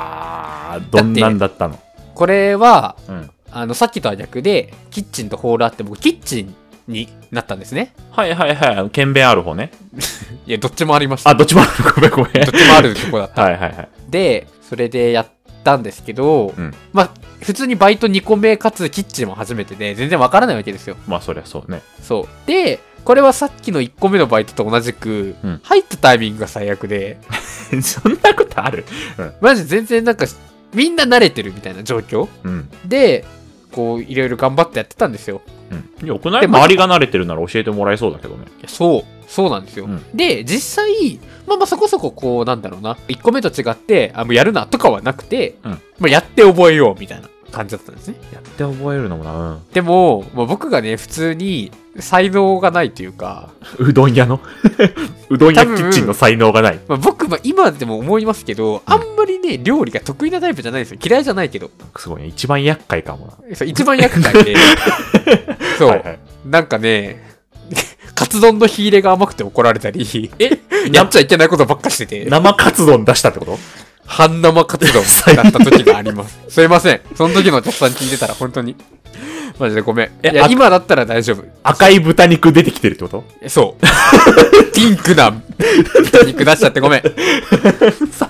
[SPEAKER 1] らー、どんなんだったの
[SPEAKER 2] これは
[SPEAKER 1] うん。
[SPEAKER 2] あの、さっきとは逆で、キッチンとホールあって、僕、キッチンになったんですね。
[SPEAKER 1] はいはいはいあの。剣弁ある方ね。
[SPEAKER 2] いや、どっちもありました。
[SPEAKER 1] あ、
[SPEAKER 2] ど
[SPEAKER 1] どっちもある。ごめんごめん。
[SPEAKER 2] っちもあるとこだった。
[SPEAKER 1] はいはいはい。
[SPEAKER 2] で、それでやったんですけど、
[SPEAKER 1] うん
[SPEAKER 2] まあ、普通にバイト2個目かつキッチンも初めてで、全然わからないわけですよ。
[SPEAKER 1] まあ、そりゃそうね。
[SPEAKER 2] そう。で、これはさっきの1個目のバイトと同じく、
[SPEAKER 1] うん
[SPEAKER 2] 入ったタイミングが最悪で、
[SPEAKER 1] そんなことある
[SPEAKER 2] マジ全然なんか、みんな慣れてるみたいな状況
[SPEAKER 1] うん。
[SPEAKER 2] で、こう、いろいろ頑張ってやってたんですよ。
[SPEAKER 1] うん。よくない
[SPEAKER 2] でも
[SPEAKER 1] 周りが慣れてるなら教えてもらえそうだけどね。
[SPEAKER 2] いやそう。そうなんですよ。
[SPEAKER 1] うん
[SPEAKER 2] で、実際、まあまあそこそここう、なんだろうな、1個目と違って、あ、もうやるなとかはなくて、
[SPEAKER 1] うん
[SPEAKER 2] まあやって覚えようみたいな感じだったんですね。
[SPEAKER 1] やって覚えるのもな、
[SPEAKER 2] でも、まあ、僕がね、普通に才能がないというか、
[SPEAKER 1] うん。うどん屋の うどん屋キッチンの才能がない。
[SPEAKER 2] まあ、僕は今でも思いますけど、あんまりね、料理が得意なタイプじゃないんですよ。嫌いじゃないけど。
[SPEAKER 1] すごいね。一番厄介かもな。
[SPEAKER 2] そう一番厄介で。 そう、
[SPEAKER 1] はいはい
[SPEAKER 2] なんかね、カツ丼の火入れが甘くて怒られたり、え やっちゃいけないことばっかしてて、
[SPEAKER 1] 生カツ丼出したってこと
[SPEAKER 2] 半生カツ丼だった時があります。すいません。その時のお客さん聞いてたら本当に。マジでごめん。
[SPEAKER 1] え
[SPEAKER 2] いや、
[SPEAKER 1] あ
[SPEAKER 2] 今だったら大丈夫。
[SPEAKER 1] 赤い豚肉出てきてるってこと
[SPEAKER 2] そう。 ピンクな豚肉出しちゃってごめん。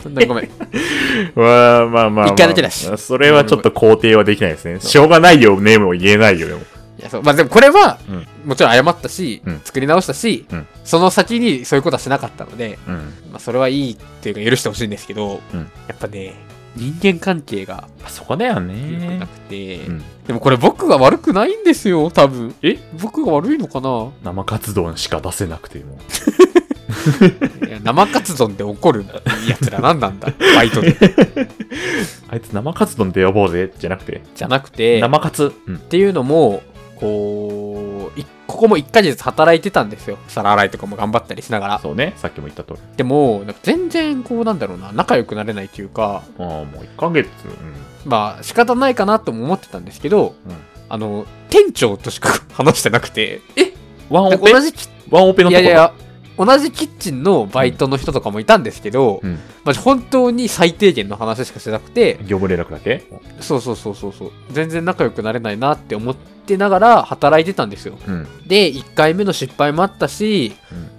[SPEAKER 2] そんなにごめん。
[SPEAKER 1] まあまあまあまあ。
[SPEAKER 2] 一回だけだし
[SPEAKER 1] それはちょっと肯定はできないですね。しょうがないよ、ネームを言えないよ、でも。
[SPEAKER 2] いやそうまあ、でもこれは、
[SPEAKER 1] うん
[SPEAKER 2] もちろん謝ったし、
[SPEAKER 1] うん
[SPEAKER 2] 作り直したし、
[SPEAKER 1] うん
[SPEAKER 2] その先にそういうことはしなかったので、
[SPEAKER 1] うん。
[SPEAKER 2] まあ、それはいいっていうか許してほしいんですけど、
[SPEAKER 1] うん
[SPEAKER 2] やっぱね人間関係が
[SPEAKER 1] そこだよ
[SPEAKER 2] 良くな
[SPEAKER 1] ね。
[SPEAKER 2] くて、
[SPEAKER 1] うん。
[SPEAKER 2] でもこれ僕が悪くないんですよ多分
[SPEAKER 1] え
[SPEAKER 2] 僕が悪いのかな
[SPEAKER 1] 生カツ丼しか出せなくても。
[SPEAKER 2] いや生カツ丼で怒るやつら何なんだバイトで
[SPEAKER 1] あいつ生カツ丼で呼ぼうぜ、じゃなくて。
[SPEAKER 2] じゃなくてっ
[SPEAKER 1] 生カツ。うん。
[SPEAKER 2] ていうのもこういここも1ヶ月働いてたんですよ皿洗いとかも頑張ったりしながら
[SPEAKER 1] そうね。さっきも言った通り。
[SPEAKER 2] でもなんか全然こうなんだろうな仲良くなれないというか
[SPEAKER 1] ああ、もう1ヶ月。
[SPEAKER 2] まあ仕方ないかなとも思ってたんですけど
[SPEAKER 1] うん。うん。
[SPEAKER 2] あの店長としか話してなくてえ
[SPEAKER 1] ワンオペ
[SPEAKER 2] 同じキッ
[SPEAKER 1] ワンオペの
[SPEAKER 2] い
[SPEAKER 1] とこ
[SPEAKER 2] や
[SPEAKER 1] ろ
[SPEAKER 2] いや同じキッチンのバイトの人とかもいたんですけど、
[SPEAKER 1] うん。
[SPEAKER 2] まあ、本当に最低限の話しかしてなくて
[SPEAKER 1] 業務連絡だけ
[SPEAKER 2] そうそうそうそうそう全然仲良くなれないなって思ってながら働いてたんですよ
[SPEAKER 1] うん。
[SPEAKER 2] で1回目の失敗もあったし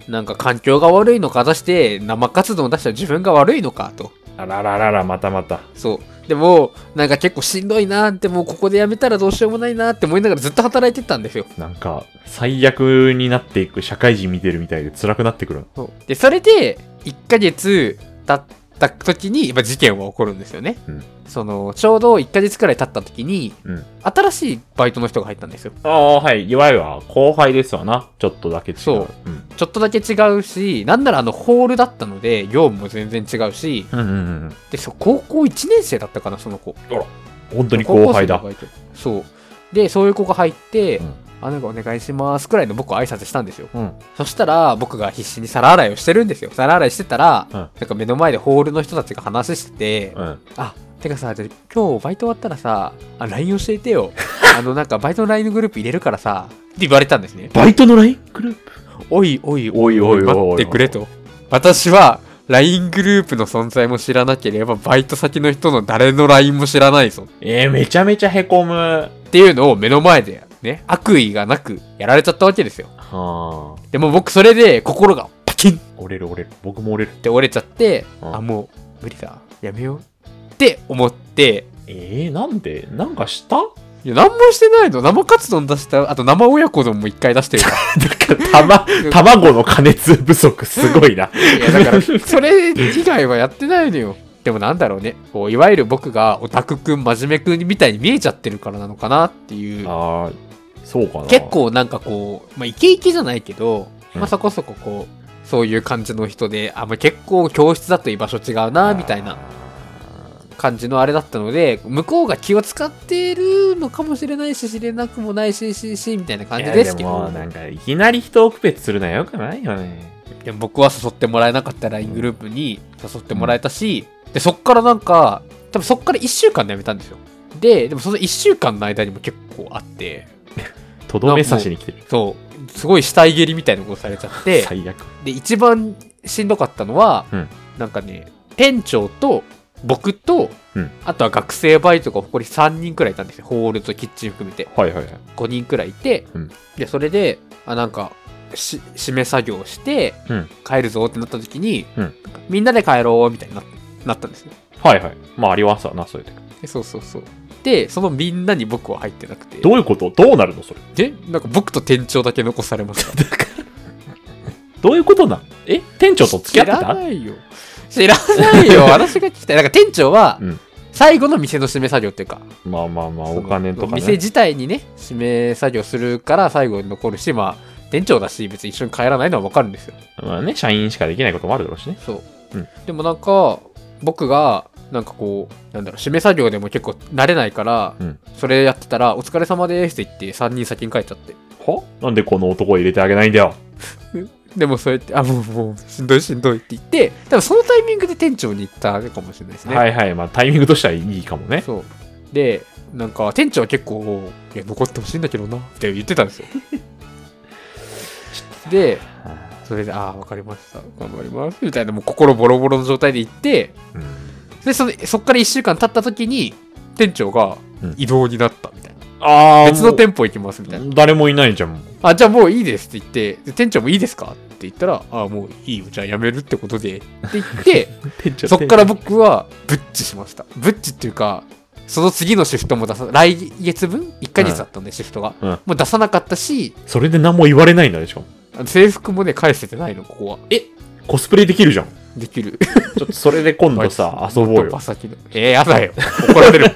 [SPEAKER 1] うん。
[SPEAKER 2] なんか環境が悪いのか出して生活動を出したら自分が悪いのかと
[SPEAKER 1] あらららら、またまた。
[SPEAKER 2] そうでもなんか結構しんどいなってもうここでやめたらどうしようもないなって思いながらずっと働いてたんですよ
[SPEAKER 1] なんか、最悪になっていく社会人見てるみたいで辛くなってくる。
[SPEAKER 2] でそれで1ヶ月経った時に、まあ、事件は起こるんですよね、
[SPEAKER 1] うん
[SPEAKER 2] そのちょうど1ヶ月くらい経った時に
[SPEAKER 1] うん。
[SPEAKER 2] 新しいバイトの人が入ったんですよ
[SPEAKER 1] ああ、はい。いわゆる後輩ですわな。ちょっとだけ違う。
[SPEAKER 2] そう。
[SPEAKER 1] うん。
[SPEAKER 2] ちょっとだけ違うしなんならあのホールだったので業務も全然違うし
[SPEAKER 1] うんうんうん。
[SPEAKER 2] でそう高校1年生だったかなその子
[SPEAKER 1] 本当に後輩だ
[SPEAKER 2] 高。校生のバイトそうでそういう子が入って
[SPEAKER 1] う
[SPEAKER 2] 「
[SPEAKER 1] ん
[SPEAKER 2] あなんかお願いします」くらいの僕は挨拶したんですよ
[SPEAKER 1] うん。
[SPEAKER 2] そしたら僕が必死に皿洗いをしてるんですよ皿洗いしてたら、
[SPEAKER 1] ん
[SPEAKER 2] なんか目の前でホールの人たちが話してて、
[SPEAKER 1] うん。
[SPEAKER 2] あてかさじゃあ今日バイト終わったらさあ LINE 教えてよあのなんかバイトの LINE グループ入れるからさって言われたんですね
[SPEAKER 1] バイトのライングループ
[SPEAKER 2] おいおい
[SPEAKER 1] おいおいおいおい
[SPEAKER 2] 待ってくれと私は LINE グループの存在も知らなければバイト先の人の誰の LINE も知らないぞ
[SPEAKER 1] えー、めちゃめちゃへこむ。は
[SPEAKER 2] っていうのを目の前でね悪意がなくやられちゃったわけですよ
[SPEAKER 1] あ。
[SPEAKER 2] でも僕それで心がパキンっ
[SPEAKER 1] 折れる折れる。僕も折れる。
[SPEAKER 2] て折れちゃって、
[SPEAKER 1] うん
[SPEAKER 2] あもう無理だやめようって思って
[SPEAKER 1] えー、なんで なんかした
[SPEAKER 2] いや何もしてないの生カツ丼出したあと生親子丼も一回出してるから
[SPEAKER 1] た ま、卵の加熱不足すごい な。
[SPEAKER 2] いやだからそれ以外はやってないのよでもなんだろうねこういわゆる僕がオタクくん真面目くんみたいに見えちゃってるからなのかなっていう
[SPEAKER 1] ああ、そうかな。
[SPEAKER 2] 結。構なんかこう、まあ、イケイケじゃないけど、
[SPEAKER 1] うん
[SPEAKER 2] まあ、そこそここうそういう感じの人であ、まあ、結構教室だと居場所違うなみたいな。感じのあれだったので向こうが気を使ってるのかもしれないし知れなくもないしししみたいな感
[SPEAKER 1] い
[SPEAKER 2] じ
[SPEAKER 1] や
[SPEAKER 2] です
[SPEAKER 1] で
[SPEAKER 2] けど
[SPEAKER 1] もなんか、いきなり人を区別するのはよくないよね。
[SPEAKER 2] でも僕は誘ってもらえなかった LINE グループに誘ってもらえたし、でそっからなんか多分そっから1週間で辞めたんですよででもその1週間の間にも結構あって
[SPEAKER 1] とどめ刺しに来てる。
[SPEAKER 2] そうすごい死体蹴りみたいなことされちゃ って
[SPEAKER 1] 最悪。
[SPEAKER 2] で一番しんどかったのは、
[SPEAKER 1] うん
[SPEAKER 2] なんかね店長と僕と、
[SPEAKER 1] うん
[SPEAKER 2] あとは学生バイトが誇り3人くらいいたんですよホールとキッチン含めて
[SPEAKER 1] はいはいはい。
[SPEAKER 2] 5人くらいいて、
[SPEAKER 1] うん
[SPEAKER 2] でそれであなんかし締め作業して、
[SPEAKER 1] うん
[SPEAKER 2] 帰るぞってなった時に、
[SPEAKER 1] うん
[SPEAKER 2] なんかみんなで帰ろうみたいにななったんですよ
[SPEAKER 1] はいはい。まあ、ありますわな、そういう時。
[SPEAKER 2] でそうそうそうでそのみんなに僕は入ってなくて
[SPEAKER 1] どういうことどうなるのそれ。
[SPEAKER 2] でなんか僕と店長だけ残されま した
[SPEAKER 1] どういうことなんえ店長と付き合って
[SPEAKER 2] 知ら
[SPEAKER 1] た
[SPEAKER 2] ないよ知らない よ私が聞きたいなんか店長は、
[SPEAKER 1] うん
[SPEAKER 2] 最後の店の締め作業っていうか
[SPEAKER 1] まあまあまあ、
[SPEAKER 2] その
[SPEAKER 1] お金とかね。
[SPEAKER 2] 店自体にね締め作業するから最後に残るしまあ店長だし、別に一緒に帰らないのはわかるんですよ。
[SPEAKER 1] まあね、社員しかできないこともあるだろうしね。
[SPEAKER 2] そう。
[SPEAKER 1] うん
[SPEAKER 2] でもなんか、僕が、なんかこう、なんだろう、締め作業でも結構慣れないから、
[SPEAKER 1] うん
[SPEAKER 2] それやってたら、お疲れ様ですって言って、3人先に帰っちゃって。
[SPEAKER 1] はなんでこの男を入れてあげないんだよ。
[SPEAKER 2] でもそうやって、あ、もう、もう、しんどいしんどいって言って、多分そのタイミングで店長に行ったかもしれないですね。
[SPEAKER 1] はいはい。まあタイミングとしてはいいかもね。
[SPEAKER 2] そう。で、なんか、店長は結構、いや、残ってほしいんだけどな、って言ってたん ですよ。で、それで、ああ、わかりました。頑張ります。みたいな、もう心ボロボロの状態で行って、
[SPEAKER 1] うん
[SPEAKER 2] で、そのそっから1週間経った時に、店長が
[SPEAKER 1] うん
[SPEAKER 2] 移動になったみたいな。
[SPEAKER 1] ああ、
[SPEAKER 2] 別の店舗行きますみたいな。
[SPEAKER 1] 誰もいないじゃん。
[SPEAKER 2] あ、じゃあもういいですって言って、で店長もいいですかって言ったら、ああ、もういいよ。じゃあやめるってことで。って 言って、
[SPEAKER 1] 店長
[SPEAKER 2] そっから僕はブッチしました。ブッチっていうか、その次のシフトも出さ、来月分 ?1 ヶ月だったんで、シフトが。
[SPEAKER 1] うん
[SPEAKER 2] もう出さなかったし、
[SPEAKER 1] それで何も言われないんだでしょ。
[SPEAKER 2] あの制服もね、返せてないの、ここは。え
[SPEAKER 1] コスプレできるじゃん。
[SPEAKER 2] できる。
[SPEAKER 1] ちょっとそれで今度 さ、遊ぼうよ
[SPEAKER 2] パ。サキの。えー、やだよ。怒られる。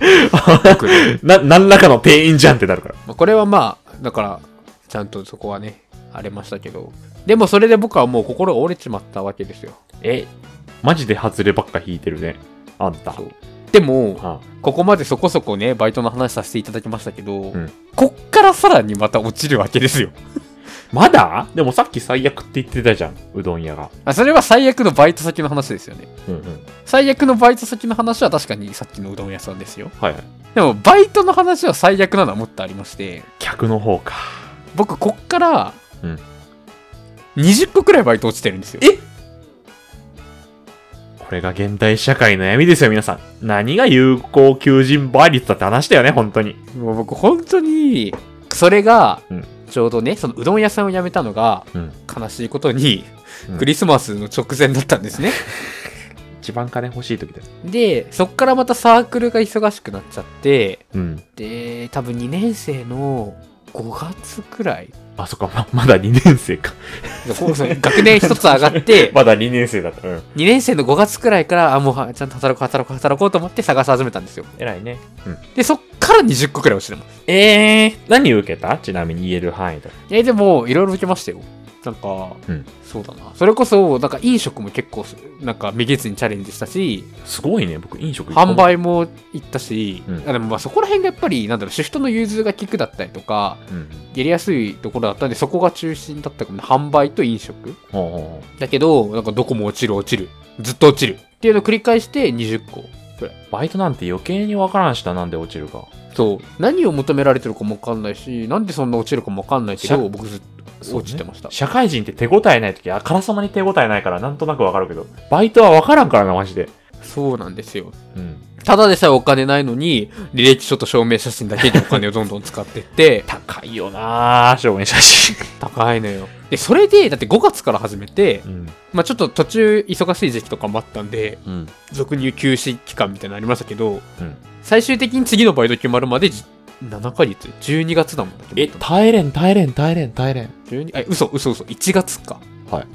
[SPEAKER 2] 僕
[SPEAKER 1] な、何らかの店員じゃんってなるから。
[SPEAKER 2] まあこれはまあ、だから、ちゃんとそこはね、ありましたけど。でもそれで僕はもう心が折れちまったわけですよ。
[SPEAKER 1] え、マジで外ればっか引いてるね。あんた。
[SPEAKER 2] そうでも、
[SPEAKER 1] は
[SPEAKER 2] ここまでそこそこね、バイトの話させていただきましたけど、
[SPEAKER 1] うん
[SPEAKER 2] こっからさらにまた落ちるわけですよ。
[SPEAKER 1] まだでもさっき最悪って言ってたじゃん。うどん屋が。
[SPEAKER 2] あそれは最悪のバイト先の話ですよね。
[SPEAKER 1] うんうん。
[SPEAKER 2] 最悪のバイト先の話は確かにさっきのうどん屋さんですよ。
[SPEAKER 1] はいはい。
[SPEAKER 2] でも、バイトの話は最悪なのはもっとありまして、
[SPEAKER 1] 客の方か。
[SPEAKER 2] 僕、こっから
[SPEAKER 1] うん、
[SPEAKER 2] 20個くらいバイト落ちてるんですよ。え
[SPEAKER 1] これが現代社会の闇ですよ、皆さん。何が有効求人倍率だって話だよね、本当に。
[SPEAKER 2] もう僕、本当に、それが
[SPEAKER 1] うん、
[SPEAKER 2] ちょうどね、そのうどん屋さんを辞めたのが、
[SPEAKER 1] うん。
[SPEAKER 2] 悲しいことに
[SPEAKER 1] うん、
[SPEAKER 2] クリスマスの直前だったんですね。
[SPEAKER 1] 一番金欲しい時です。
[SPEAKER 2] で、そっからまたサークルが忙しくなっちゃって、
[SPEAKER 1] うん。
[SPEAKER 2] で、多分2年生の5月くらい
[SPEAKER 1] あ、そっか、ま、まだ2年生か。
[SPEAKER 2] そうそう学年一つ上がって、2
[SPEAKER 1] まだ2年生だった。うん。
[SPEAKER 2] 年生の5月くらいから、あ、もうはちゃんと働こう、働こう、働こうと思って探し始めたんですよ。
[SPEAKER 1] 偉いね。うん。
[SPEAKER 2] で、そっから20個くらい落ちてます。
[SPEAKER 1] ええー、何受けたちなみに言える範囲で。
[SPEAKER 2] え、でも、いろいろ受けましたよ。なんか、
[SPEAKER 1] うん
[SPEAKER 2] そうだな。それこそ、なんか飲食も結構、なんかめげずにチャレンジしたし、
[SPEAKER 1] すごいね、僕飲食行った
[SPEAKER 2] 販売も行ったし、
[SPEAKER 1] うん
[SPEAKER 2] あでもまあそこら辺がやっぱり、なんだろう、シフトの融通が効くだったりとか、
[SPEAKER 1] うん。
[SPEAKER 2] やりやすいところだったんで、そこが中心だったかも、販売と飲食。
[SPEAKER 1] ほうほうほ。
[SPEAKER 2] だけど、なんかどこも落ちる落ちる。ずっと落ちる。っていうのを繰り返して20個くらいう
[SPEAKER 1] バイトなんて余計にわからんしな、なんで落ちるか。
[SPEAKER 2] そう何を求められてるかも分かんないしなんでそんな落ちるかも分かんないけ
[SPEAKER 1] 社
[SPEAKER 2] ど僕ずっと落ちてました、
[SPEAKER 1] 社会人って手応えない時、あからさまに手応えないからなんとなくわかるけど、バイトはわからんからな、マジで。
[SPEAKER 2] そうなんですよ
[SPEAKER 1] うん。
[SPEAKER 2] ただでさえお金ないのに履歴書と証明写真 だけにお金をどんどん使ってって
[SPEAKER 1] 高いよなぁ、証明写真。
[SPEAKER 2] 高いのよでそれでだって5月から始めて
[SPEAKER 1] う、ん。
[SPEAKER 2] まあ、ちょっと途中忙しい時期とかもあったんで
[SPEAKER 1] うん。
[SPEAKER 2] 俗入休止期間みたいなのありましたけど
[SPEAKER 1] うん。
[SPEAKER 2] 最終的に次のバイト決まるまでじ7ヶ月12月だもんだ
[SPEAKER 1] え、耐えれん、耐えれん、耐えれん、耐えれん。
[SPEAKER 2] 12え嘘嘘嘘1月か
[SPEAKER 1] はい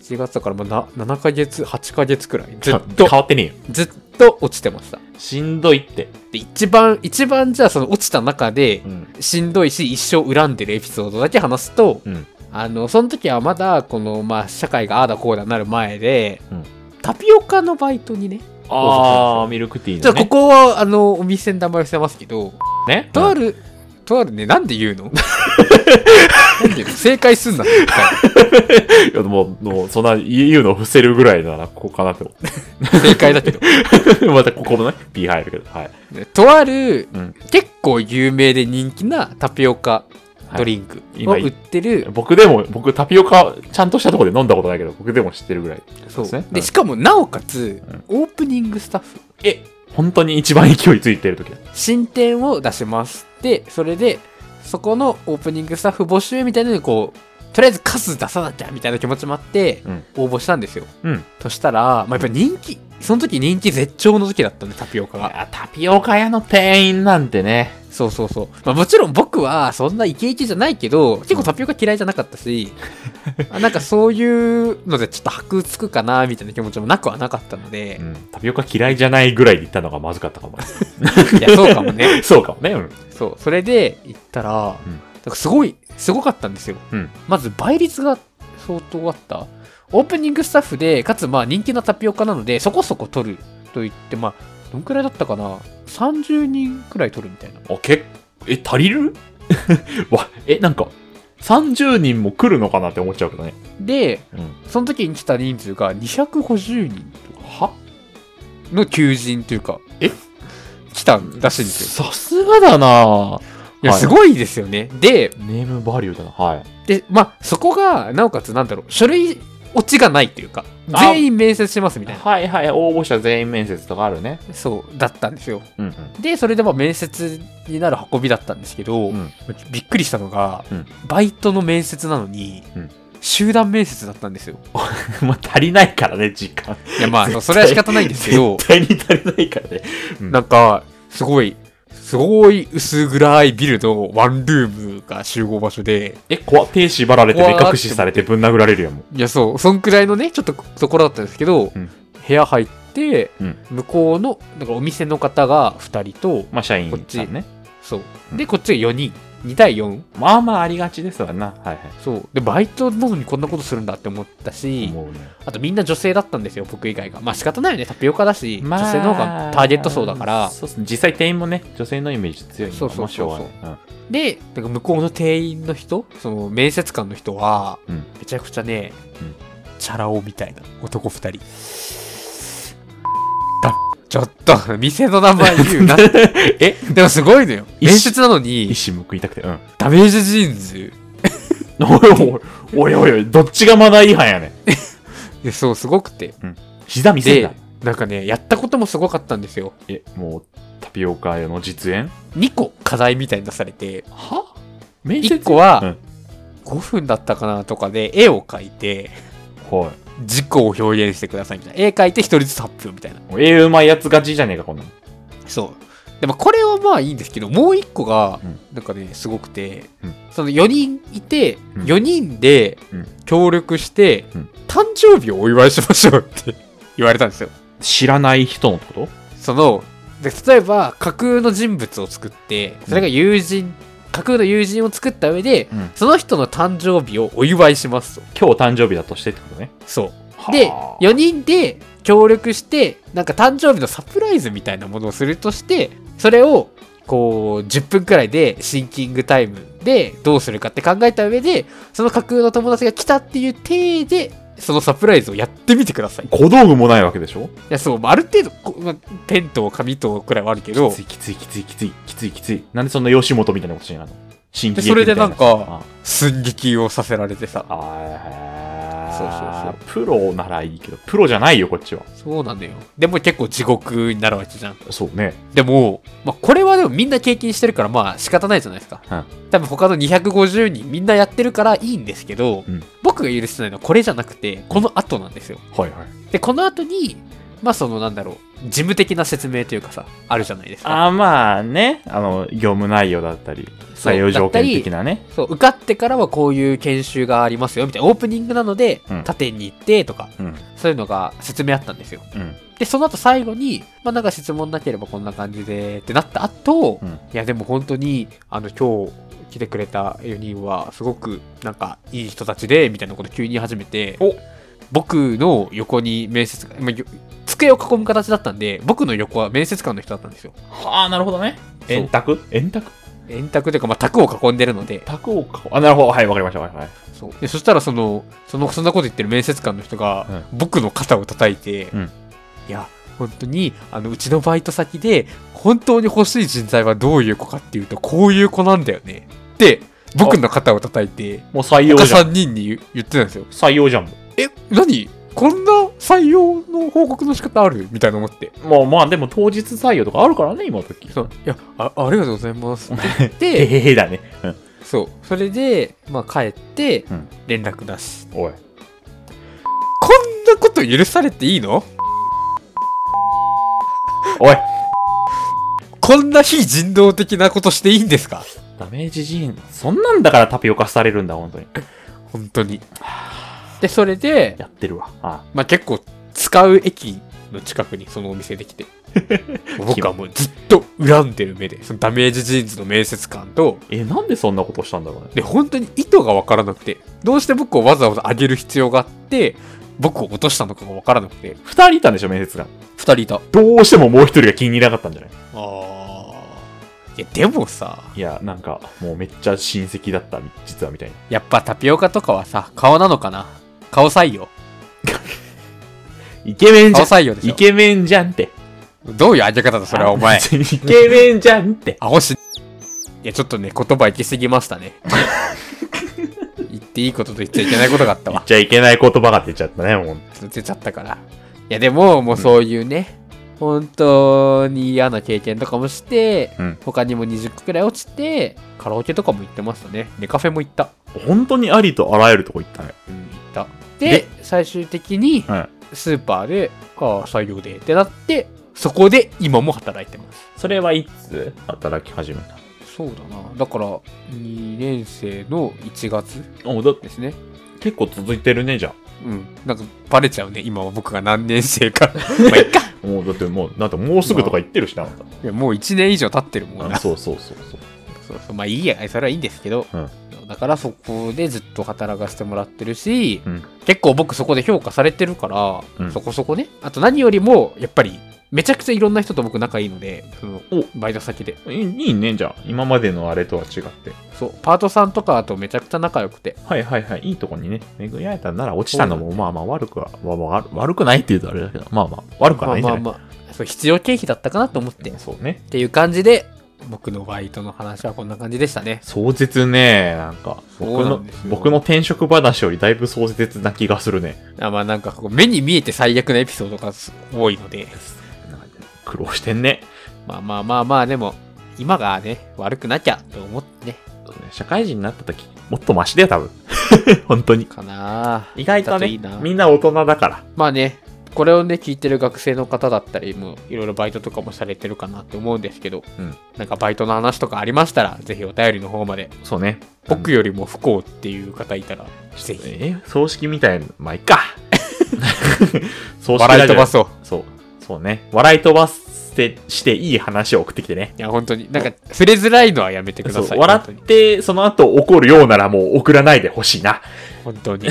[SPEAKER 2] 1月だからまあな7ヶ月8ヶ月くらいず
[SPEAKER 1] ずっ
[SPEAKER 2] っと
[SPEAKER 1] と。変わってねえよ。
[SPEAKER 2] ずっと落ちてました。
[SPEAKER 1] しんどいって。
[SPEAKER 2] で、一番、一番じゃあその落ちた中で
[SPEAKER 1] う、ん。
[SPEAKER 2] しんどいし、一生恨んでるエピソードだけ話すと、
[SPEAKER 1] うん。
[SPEAKER 2] あの、その時はまだ、この、まあ、社会がああだこうだなる前で、
[SPEAKER 1] うん
[SPEAKER 2] タピオカのバイトにね、
[SPEAKER 1] あー、ミルクティー
[SPEAKER 2] じゃ
[SPEAKER 1] の、
[SPEAKER 2] あこ
[SPEAKER 1] ね。
[SPEAKER 2] こは、あの、お店に名前を伏せますけど、
[SPEAKER 1] ね
[SPEAKER 2] とある、とあるね、なんで言うのなんで言うの正解すんなって
[SPEAKER 1] いやもう、もう、そんな言うのを伏せるぐらいなら、ここかなって思
[SPEAKER 2] 正解だけど。
[SPEAKER 1] って。またここもね、ピー入るけど。はい。
[SPEAKER 2] でとある、
[SPEAKER 1] うん
[SPEAKER 2] 結構有名で人気なタピオカドリンクを
[SPEAKER 1] はい今
[SPEAKER 2] 売ってる、
[SPEAKER 1] 僕でも、僕タピオカ、ちゃんとしたところで飲んだことないけど、僕でも知ってるぐらい。
[SPEAKER 2] そう
[SPEAKER 1] ですね
[SPEAKER 2] で
[SPEAKER 1] うん
[SPEAKER 2] しかもなおかつ、オープニングスタッフ
[SPEAKER 1] え本当に一番勢いついてる時だ。
[SPEAKER 2] 新店を出しますでそれでそこのオープニングスタッフ募集みたいなのにこうとりあえず数出さなきゃみたいな気持ちもあって
[SPEAKER 1] うん
[SPEAKER 2] 応募したんですよ、
[SPEAKER 1] うん
[SPEAKER 2] としたら、まあ、やっぱ人気その時人気絶頂の時だったんでタピオカが
[SPEAKER 1] タピオカ屋の店員なんてね。
[SPEAKER 2] そうそうそう、まあ、もちろん僕はそんなイケイケじゃないけど結構タピオカ嫌いじゃなかった し、あなんかそういうのでちょっと箔つくかなみたいな気持ちもなくはなかったので
[SPEAKER 1] う、ん。タピオカ嫌いじゃないぐらいで行ったのがま ずかったかも。
[SPEAKER 2] いやそうかもね
[SPEAKER 1] そうかもね。うん。
[SPEAKER 2] そう、それで行ったら、
[SPEAKER 1] うん
[SPEAKER 2] なんかすごい、すごかったんですよ。
[SPEAKER 1] うん
[SPEAKER 2] まず倍率が相当あった。オープニングスタッフで、かつまあ人気のタピオカなので、そこそこ取ると言って、まあ、どんくらいだったかな ?30 人くらい取るみたいな。
[SPEAKER 1] あ、けえ、足りる わ、え、なんか、30人も来るのかなって思っちゃうけどね。
[SPEAKER 2] で、
[SPEAKER 1] うん。
[SPEAKER 2] その時に来た人数が250人とか、はの求人というか、
[SPEAKER 1] え
[SPEAKER 2] 来たらしいんですよ。
[SPEAKER 1] さすがだない
[SPEAKER 2] や、
[SPEAKER 1] はい
[SPEAKER 2] すごいですよね。で、
[SPEAKER 1] ネームバリューだな。はい。
[SPEAKER 2] で、まあ、そこが、なおかつなんだろう、書類落ちがないというか、
[SPEAKER 1] あ
[SPEAKER 2] 全員面接しますみたいな。
[SPEAKER 1] はいはい、応募者全員面接とかあるね。
[SPEAKER 2] そう、だったんですよ。
[SPEAKER 1] うんうん。
[SPEAKER 2] で、それでまあ面接になる運びだったんですけど、
[SPEAKER 1] うん
[SPEAKER 2] びっくりしたのが、
[SPEAKER 1] うん
[SPEAKER 2] バイトの面接なのに、
[SPEAKER 1] うん
[SPEAKER 2] 集団面接だったんですよ。
[SPEAKER 1] まあ、足りないからね、時間。
[SPEAKER 2] いや、まあ、それは仕方ないんですけど、
[SPEAKER 1] 絶対に足りないからね。うん
[SPEAKER 2] なんか、すごい、すごい薄暗いビルのワンルームが集合場所で、
[SPEAKER 1] え、怖っ手縛られて目隠しされてぶん殴られるやんもん。
[SPEAKER 2] いや、そう、そんくらいのね、ちょっとところだったんですけど、
[SPEAKER 1] うん
[SPEAKER 2] 部屋入って、
[SPEAKER 1] うん
[SPEAKER 2] 向こうの、なんかお店の方が2人と、
[SPEAKER 1] まあ、社員さんね。
[SPEAKER 2] そう。で、こっちが4人。2対 4?
[SPEAKER 1] まあまあありがちですわな。はいは
[SPEAKER 2] そう。で、バイトなのにこんなことするんだって思った
[SPEAKER 1] い。
[SPEAKER 2] し、
[SPEAKER 1] 思うね。
[SPEAKER 2] あとみんな女性だったんですよ、僕以外が。まあ仕方ないよね、タピオカだし、
[SPEAKER 1] まあ
[SPEAKER 2] 女性の方がターゲット層だから。
[SPEAKER 1] そうっすね。実際店員もね、女性のイメージ強いんで
[SPEAKER 2] そうそうそうそう
[SPEAKER 1] まあしょうがない
[SPEAKER 2] で、なんか向こうの店員の人、その面接官の人は、
[SPEAKER 1] うん
[SPEAKER 2] めちゃくちゃね、
[SPEAKER 1] うん
[SPEAKER 2] チャラ男みたいな男二人。だちょっと、店の名前言う な。えでもすごいのよ。
[SPEAKER 1] 一緒
[SPEAKER 2] 面接なの
[SPEAKER 1] うん。
[SPEAKER 2] に、
[SPEAKER 1] 一矢報いたくて。うん。
[SPEAKER 2] ダメージジーンズ。
[SPEAKER 1] おいおいおいおい、どっちがマナー違反やねん。
[SPEAKER 2] でそう、すごくて。
[SPEAKER 1] 膝見せんな
[SPEAKER 2] で。、なんかね、やったこともすごかったんですよ。
[SPEAKER 1] え、もう、タピオカ屋の実演
[SPEAKER 2] 2個課題みたいに出されて、
[SPEAKER 1] は面接
[SPEAKER 2] 1個は、5分だったかなとかで、絵を描いて、
[SPEAKER 1] うん。はい。
[SPEAKER 2] 事故を表現してくださいみたいな。絵描いて1人ずつ発表みたいな。
[SPEAKER 1] もうええうまいやつ勝ちじゃねえか、こんなの。
[SPEAKER 2] そう。でもこれはまあいいんですけど、もう1個が
[SPEAKER 1] うん、
[SPEAKER 2] なんかね、すごくて、
[SPEAKER 1] うん
[SPEAKER 2] その4人いて、
[SPEAKER 1] うん
[SPEAKER 2] 4人で
[SPEAKER 1] うん
[SPEAKER 2] 協力して、
[SPEAKER 1] うん
[SPEAKER 2] 誕生日をお祝いしましょうって言われたんですよ。
[SPEAKER 1] 知らない人のってこと
[SPEAKER 2] その、で例えば架空の人物を作って、それが友人、架空の友人を作った上で、
[SPEAKER 1] うん
[SPEAKER 2] その人の誕生日をお祝いしますと。
[SPEAKER 1] 今日誕生日だとしてってことね。
[SPEAKER 2] そう。
[SPEAKER 1] はあ
[SPEAKER 2] で、4人で協力して、なんか誕生日のサプライズみたいなものをするとして、それを、こう、10分くらいでシンキングタイムでどうするかって考えた上で、その架空の友達が来たっていう体で、そのサプライズをやってみてください。い
[SPEAKER 1] 小道具もないわけでしょ
[SPEAKER 2] や、そう、まあある程度、こまあペンと紙とくらいはあるけど
[SPEAKER 1] き、ついきついきついきついきつい。なんでそんな吉本みたいなことしないの新
[SPEAKER 2] で
[SPEAKER 1] 規
[SPEAKER 2] それでなんか
[SPEAKER 1] あ、
[SPEAKER 2] 寸劇をさせられてさ。
[SPEAKER 1] あそうそうそ
[SPEAKER 2] そう
[SPEAKER 1] う。プロならいいけど、プロじゃないよ、こっちは。
[SPEAKER 2] そうなんだよ。でも結構地獄になるわけじゃん。
[SPEAKER 1] そうね。
[SPEAKER 2] でも、まあ、これはでもみんな経験してるから、まあ仕方ないじゃないですか。
[SPEAKER 1] うん
[SPEAKER 2] 多分他の250人みんなやってるからいいんですけど、
[SPEAKER 1] うん
[SPEAKER 2] 僕が許せないのはこれじゃなくて、この後なんですよ。
[SPEAKER 1] はいはい。
[SPEAKER 2] で、この後に、まあそのなんだろう、事務的な説明というかさ、あるじゃないですか。
[SPEAKER 1] あーまあね、あの、業務内容だったり、
[SPEAKER 2] そう
[SPEAKER 1] 採用条件的なね。
[SPEAKER 2] そう、受かってからはこういう研修がありますよ、みたいな。オープニングなので
[SPEAKER 1] うん、
[SPEAKER 2] 他店に行ってとか、
[SPEAKER 1] うん。
[SPEAKER 2] そういうのが説明あったんですよ。
[SPEAKER 1] うん。
[SPEAKER 2] で、その後最後に、まあなんか質問なければこんな感じでってなった後、
[SPEAKER 1] うん
[SPEAKER 2] いやでも本当に、あの今日来てくれた4人はすごくなんかいい人たちで、みたいなこと急に言い始めて、
[SPEAKER 1] お
[SPEAKER 2] 僕の横に面接官、まあよ机を囲む形だったんで、僕の横は面接官の人だったんですよ。
[SPEAKER 1] はあ、なるほどね。
[SPEAKER 2] そう
[SPEAKER 1] 円卓円卓
[SPEAKER 2] 円卓というか、まあ卓を囲んでるので、
[SPEAKER 1] 卓を買おう。あ、なるほど。はい、わかりました。はいはい。
[SPEAKER 2] そうでそしたらそのそのそんなこと言ってる面接官の人が、僕の肩を叩いて、
[SPEAKER 1] うん
[SPEAKER 2] いや本当にあのうちのバイト先で本当に欲しい人材はどういう子かっていうとこういう子なんだよねって僕の肩を叩いて
[SPEAKER 1] もう採用
[SPEAKER 2] 他
[SPEAKER 1] じゃん。
[SPEAKER 2] 3人に言言ってたんですよ
[SPEAKER 1] 採用じゃん。
[SPEAKER 2] え何こんな採用の報告の仕方あるみたいな思って
[SPEAKER 1] もうまあでも当日採用とかあるからね、今時。
[SPEAKER 2] そういやあありがとうございますって言っ
[SPEAKER 1] え
[SPEAKER 2] て
[SPEAKER 1] へへだね。うん。
[SPEAKER 2] そうそれで、まあ、帰って
[SPEAKER 1] うん
[SPEAKER 2] 連絡なし
[SPEAKER 1] おい。
[SPEAKER 2] こんなこと許されていいの
[SPEAKER 1] おい。
[SPEAKER 2] こんな非人道的なことしていいんですか
[SPEAKER 1] ダメージジーン。そんなんだからタピオカされるんだ、本当に。
[SPEAKER 2] 本当に。で、それで、
[SPEAKER 1] やってるわ。あ
[SPEAKER 2] まあ、結 構使う駅の近くにそのお店できて、僕はもうずっと恨んでる目で、そのダメージジーンズの面接官と、
[SPEAKER 1] え、なんでそんなことしたんだろうね。
[SPEAKER 2] で、本当に意図がわからなくて、どうして僕をわざわざ上げる必要があって、僕を落としたのかがわからなくて、
[SPEAKER 1] 二人いたんでしょ、面接官。
[SPEAKER 2] 二人いた。
[SPEAKER 1] どうしてももう一人が気に入らなかったんじゃない
[SPEAKER 2] あー。いや、でもさ、
[SPEAKER 1] いや、なんか、もうめっちゃ親戚だった、実はみたいな。
[SPEAKER 2] やっぱタピオカとかはさ、顔なのかな顔採用。
[SPEAKER 1] イケメンじ
[SPEAKER 2] 顔
[SPEAKER 1] ゃん
[SPEAKER 2] 採用でし
[SPEAKER 1] イ
[SPEAKER 2] ょ。
[SPEAKER 1] ケメンじゃんって。
[SPEAKER 2] どういう上げ方だ、それはお前。
[SPEAKER 1] イケメンじゃん って。
[SPEAKER 2] あ、ほし。いや、ちょっとね、言葉行き過ぎましたね。 言っていいことと言っちゃいけないことがあった
[SPEAKER 1] 言っ
[SPEAKER 2] わ。
[SPEAKER 1] ちゃいけない言葉が出ちゃったね、もう。
[SPEAKER 2] 出ちゃったから。いや、でも、もうそういうね、本当に嫌な経験とかもして、
[SPEAKER 1] うん
[SPEAKER 2] 他にも20個くらい落ちて、カラオケとかも行ってましたね。ネカフェも行った。
[SPEAKER 1] 本当にありとあらゆるとこ行ったね。
[SPEAKER 2] うん、行った。で、最終的に、
[SPEAKER 1] うん。
[SPEAKER 2] スーパーで、ああ、採用でってなって、そこで今も働いてます。
[SPEAKER 1] それはいつ働き始めた
[SPEAKER 2] そうだな。だから、2年生の1月
[SPEAKER 1] おだって
[SPEAKER 2] ですね。
[SPEAKER 1] 結構続いてるね、じゃ
[SPEAKER 2] うん。なんか、バレちゃうね。今は僕が何年生 か。まあいっか。
[SPEAKER 1] あ。もうだってもう、なんともうすぐとか言ってるしな、あんた
[SPEAKER 2] いや、もう1年以上経ってるもんな。
[SPEAKER 1] あそうそうそうそう。
[SPEAKER 2] そうそうまあいいや、それはいいんですけど、だからそこでずっと働かせてもらってるし、
[SPEAKER 1] うん
[SPEAKER 2] 結構僕そこで評価されてるから、
[SPEAKER 1] うん
[SPEAKER 2] そこそこね。あと何よりも、やっぱり、めちゃくちゃいろんな人と僕仲いいので、その
[SPEAKER 1] お
[SPEAKER 2] バイト先で。
[SPEAKER 1] いいいいね、じゃあ。今までのあれとは違って。
[SPEAKER 2] そう、パートさんとかとめちゃくちゃ仲良くて。
[SPEAKER 1] はいはいはい。いいとこにね、巡り合えたなら落ちたのも、まあまあ悪くは、まあまあ悪悪くないって言うとあれだけど、まあまあ悪くは
[SPEAKER 2] まあ
[SPEAKER 1] ないんじ
[SPEAKER 2] ま
[SPEAKER 1] ゃな
[SPEAKER 2] あ
[SPEAKER 1] い
[SPEAKER 2] まあ、そう必要経費だったかなと思って。っ
[SPEAKER 1] そうね。
[SPEAKER 2] ていう感じで、僕のバイトの話はこんな感じでしたね。
[SPEAKER 1] 壮絶ね、なんか。僕
[SPEAKER 2] そうな
[SPEAKER 1] の
[SPEAKER 2] んですよ
[SPEAKER 1] 僕の転職話よりだいぶ壮絶な気がするね。
[SPEAKER 2] あまあなんかこう目に見えて最悪なエピソードが多いので、
[SPEAKER 1] なんか苦労してんね。
[SPEAKER 2] まあまあまあまあでも、今がね、悪くなきゃと思ってね、
[SPEAKER 1] 社会人になった時、もっとマシだよ、多分。 本当に。
[SPEAKER 2] かな
[SPEAKER 1] 意外と
[SPEAKER 2] だ
[SPEAKER 1] ね
[SPEAKER 2] いいな
[SPEAKER 1] みんな大人だから。
[SPEAKER 2] まあね、これをね、聞いてる学生の方だったりも、いろいろバイトとかもされてるかなって思うんですけど、
[SPEAKER 1] うん
[SPEAKER 2] なんかバイトの話とかありましたら、ぜひお便りの方まで、
[SPEAKER 1] そうね。
[SPEAKER 2] 僕よりも不幸っていう方いたら、ぜひ、
[SPEAKER 1] えー葬式みたいな、まあ、いっ か。葬
[SPEAKER 2] 笑い飛ば
[SPEAKER 1] す。
[SPEAKER 2] そう。
[SPEAKER 1] そう。そうね。笑い飛ばして、していい話を送ってきてね。
[SPEAKER 2] いや、本当に、なんか、触れづらいのはやめてく
[SPEAKER 1] そ
[SPEAKER 2] ださ
[SPEAKER 1] う
[SPEAKER 2] い。
[SPEAKER 1] 笑
[SPEAKER 2] 本当
[SPEAKER 1] っ
[SPEAKER 2] に
[SPEAKER 1] て、その後怒るようならもう送らないでほしいな。
[SPEAKER 2] 本当 に。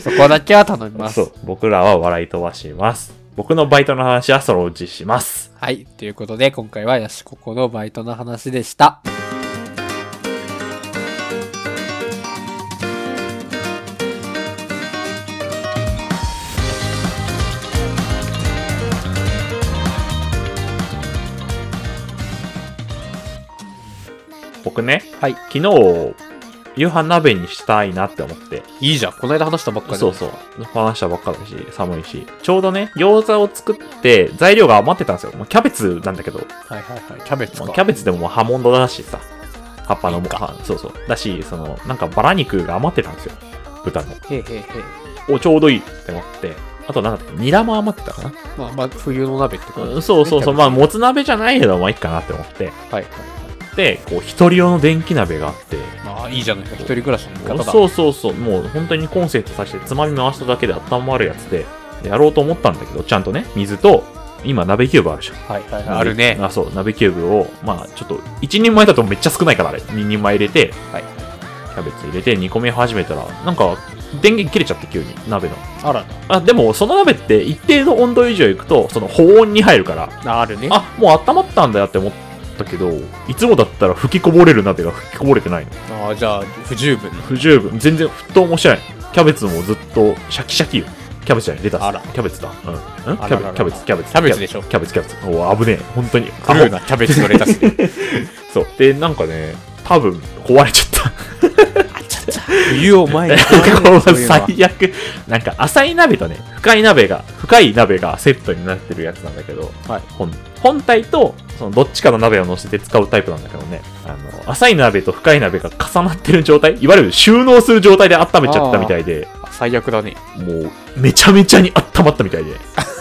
[SPEAKER 2] そこだけは頼みます。
[SPEAKER 1] そう。僕らは笑い飛ばします。僕のバイトの話はそのうちします。
[SPEAKER 2] はい。ということで、今回はヤシココのバイトの話でした。
[SPEAKER 1] 僕ね、
[SPEAKER 2] はい
[SPEAKER 1] 昨日、夕飯鍋にしたいなって思って。
[SPEAKER 2] いいじゃん。この間話したばっかりだ
[SPEAKER 1] そうそう。話したばっかだし、寒いし。ちょうどね、餃子を作って、材料が余ってたんですよ。もうキャベツなんだけど、
[SPEAKER 2] はいはいはい。キャベツ
[SPEAKER 1] まあ
[SPEAKER 2] か。
[SPEAKER 1] キャベツでももう葉物だしさ、葉っぱの
[SPEAKER 2] いい
[SPEAKER 1] も
[SPEAKER 2] か
[SPEAKER 1] はそうそう。だし、その、なんかバラ肉が余ってたんですよ。豚の。
[SPEAKER 2] へえへえへえ。
[SPEAKER 1] お、ちょうどいいって思って。あと、なんだっけ、ニラも余ってたかな、
[SPEAKER 2] まあまあ、冬の鍋ってこと
[SPEAKER 1] うんそうそうそう。
[SPEAKER 2] ま
[SPEAKER 1] まあ、もつ鍋じゃないけど、まあいいかなって思って。
[SPEAKER 2] あ。はいはい。
[SPEAKER 1] で、こう、一人用の電気鍋があって、
[SPEAKER 2] まあ、いいじゃないですか。一人暮らしの味方だ。
[SPEAKER 1] そうそうそう、もう本当にコンセントさしてつまみ回しただけで温まるやつで、やろうと思ったんだけど、ちゃんとね、水と、今、鍋キューブあるでしょ。
[SPEAKER 2] はいはいはい。あるね。
[SPEAKER 1] あ、そう、鍋キューブを、まあ、ちょっと、1人前だとめっちゃ少ないから、あれ。2人前入れて、
[SPEAKER 2] はい
[SPEAKER 1] キャベツ入れて煮込み始めたら、なんか、電源切れちゃって、急に、鍋の。
[SPEAKER 2] あら
[SPEAKER 1] あ、でも、その鍋って、一定の温度以上いくと、その、保温に入るから、
[SPEAKER 2] あるね。
[SPEAKER 1] あ、もう温まったんだよって思ったけど、いつもだったら吹きこぼれる鍋が吹きこぼれてないの。
[SPEAKER 2] ああ、じゃあ、不十分。
[SPEAKER 1] 不十分全然沸騰もしてないキャベツもずっとシャキシャキよキャベツじゃないレタス
[SPEAKER 2] あら
[SPEAKER 1] キャベツだうんんキ
[SPEAKER 2] ら
[SPEAKER 1] ャ
[SPEAKER 2] らら
[SPEAKER 1] ベキャベツキャベツ
[SPEAKER 2] キャベツでしょ
[SPEAKER 1] キャベツキャベツお危ねえ本当に
[SPEAKER 2] クルーなキャベツのレ タス。
[SPEAKER 1] あそうでなんかね多分壊れちゃっ
[SPEAKER 2] 冬を前に。
[SPEAKER 1] たこ
[SPEAKER 2] そう
[SPEAKER 1] う
[SPEAKER 2] いうのは
[SPEAKER 1] 最悪なんか浅い鍋とね深い鍋が深い鍋がセットになってるやつなんだけど、
[SPEAKER 2] はい
[SPEAKER 1] 本本体とそのどっちかの鍋を乗せて使うタイプなんだけどねあの浅い鍋と深い鍋が重なってる状態いわゆる収納する状態で温めちゃったみたいで
[SPEAKER 2] 最悪だね。
[SPEAKER 1] もう、めちゃめちゃに温まったみたい で。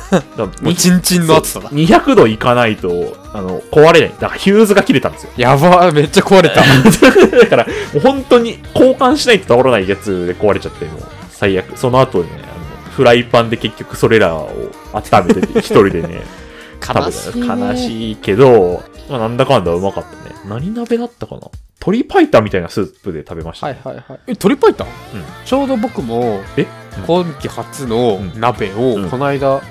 [SPEAKER 1] だから
[SPEAKER 2] もう、チンチンの暑さだ。
[SPEAKER 1] 200度いかないと、あの、壊れない。だからヒューズが切れたんですよ。
[SPEAKER 2] やばー、めっちゃ壊れた。
[SPEAKER 1] だから、もう本当に交換しないと倒らないやつで壊れちゃって、もう、最悪。その後ね、あの、フライパンで結局それらを温めて、一人でね、食べたよ悲しいけど、まあ、なんだかんだうまかったね。何鍋だったかな鶏白湯みたいなスープで食べました、
[SPEAKER 2] はい
[SPEAKER 1] ね。
[SPEAKER 2] はいはい。え、鳥パイタン、
[SPEAKER 1] ん
[SPEAKER 2] ちょうど僕も、
[SPEAKER 1] え
[SPEAKER 2] 今季初の
[SPEAKER 1] うん
[SPEAKER 2] 鍋
[SPEAKER 1] う
[SPEAKER 2] を
[SPEAKER 1] ん
[SPEAKER 2] この間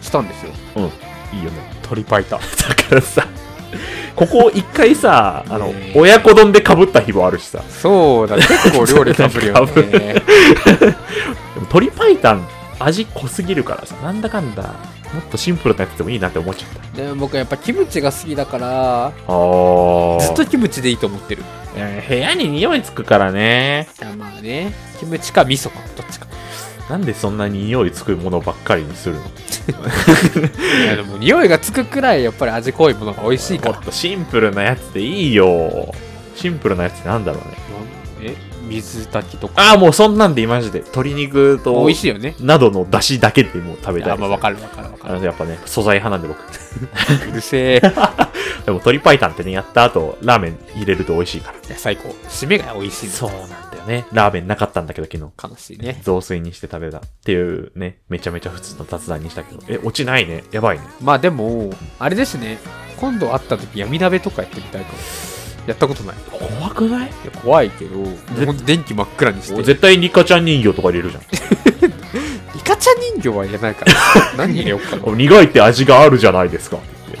[SPEAKER 2] したんですよ。
[SPEAKER 1] い、いよね。
[SPEAKER 2] 鳥パイタン。
[SPEAKER 1] だからさ、ここ一回さ、あの
[SPEAKER 2] ね、え
[SPEAKER 1] 親子丼で被った日もあるしさ、
[SPEAKER 2] そうだ、結構料理かぶる よ
[SPEAKER 1] かぶる
[SPEAKER 2] ね。
[SPEAKER 1] でも鶏白湯味濃すぎるからさ、なんだかんだ、もっとシンプルなやつでもいいなって思っちゃった。
[SPEAKER 2] でも僕やっぱキムチが好きだから、
[SPEAKER 1] あ
[SPEAKER 2] ずっとキムチでいいと思ってる。
[SPEAKER 1] 部屋に匂いつくからね。
[SPEAKER 2] いやまあね、キムチか味噌か、どっちか。
[SPEAKER 1] なんでそんなに匂いつくものばっかりにするの
[SPEAKER 2] いやでも匂いがつくくらいやっぱり味濃いものが美味しいか
[SPEAKER 1] も
[SPEAKER 2] ら
[SPEAKER 1] っ。とシンプルなやつでいいよ。シンプルなやつなんだろうね。
[SPEAKER 2] え、水炊きとか。
[SPEAKER 1] ああ、もうそんなんでいまジで。鶏肉と
[SPEAKER 2] 美味しいよね。
[SPEAKER 1] などの出汁だけでもう食べたい
[SPEAKER 2] あ、
[SPEAKER 1] です
[SPEAKER 2] まあわかるわかるわか
[SPEAKER 1] あ
[SPEAKER 2] る。
[SPEAKER 1] のやっぱね、素材派なんで僕。
[SPEAKER 2] う るせえ。い
[SPEAKER 1] でも鶏白湯ってね、やった後、ラーメン入れると美味しいから。
[SPEAKER 2] や最高。締めが美味しいの。
[SPEAKER 1] そうなんだよね。ラーメンなかったんだけど、昨日。
[SPEAKER 2] 悲しいね。
[SPEAKER 1] 雑炊にして食べたっていうね、めちゃめちゃ普通の雑談にしたけど。え、落ちないね。やばいね。
[SPEAKER 2] まあでも、あれですね。今度会った時闇鍋とかやってみたいかも。やったことない。い
[SPEAKER 1] 怖くない
[SPEAKER 2] や怖いけど、ほんと電気真っ暗にして。
[SPEAKER 1] 絶対ニカちゃん人形とか入れるじゃん。
[SPEAKER 2] イカちゃん人形は入れないから。 何入れようかな。
[SPEAKER 1] 苦いって味があるじゃないですかって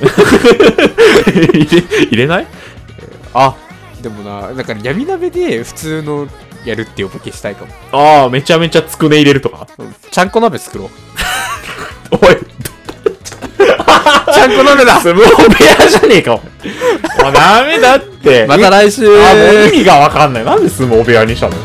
[SPEAKER 1] 言って入れ入れない
[SPEAKER 2] あ、でもな、なんか闇鍋で普通のやるっていうボケしたいかも。
[SPEAKER 1] ああめちゃめちゃつくね入れるとか
[SPEAKER 2] ちゃんこ鍋作ろう。
[SPEAKER 1] おい
[SPEAKER 2] ちゃんこ鍋 だ
[SPEAKER 1] 相撲部屋じゃねえかお前もうダメだって
[SPEAKER 2] また来週
[SPEAKER 1] あもう意味がわかんないなんで相撲部屋にしたの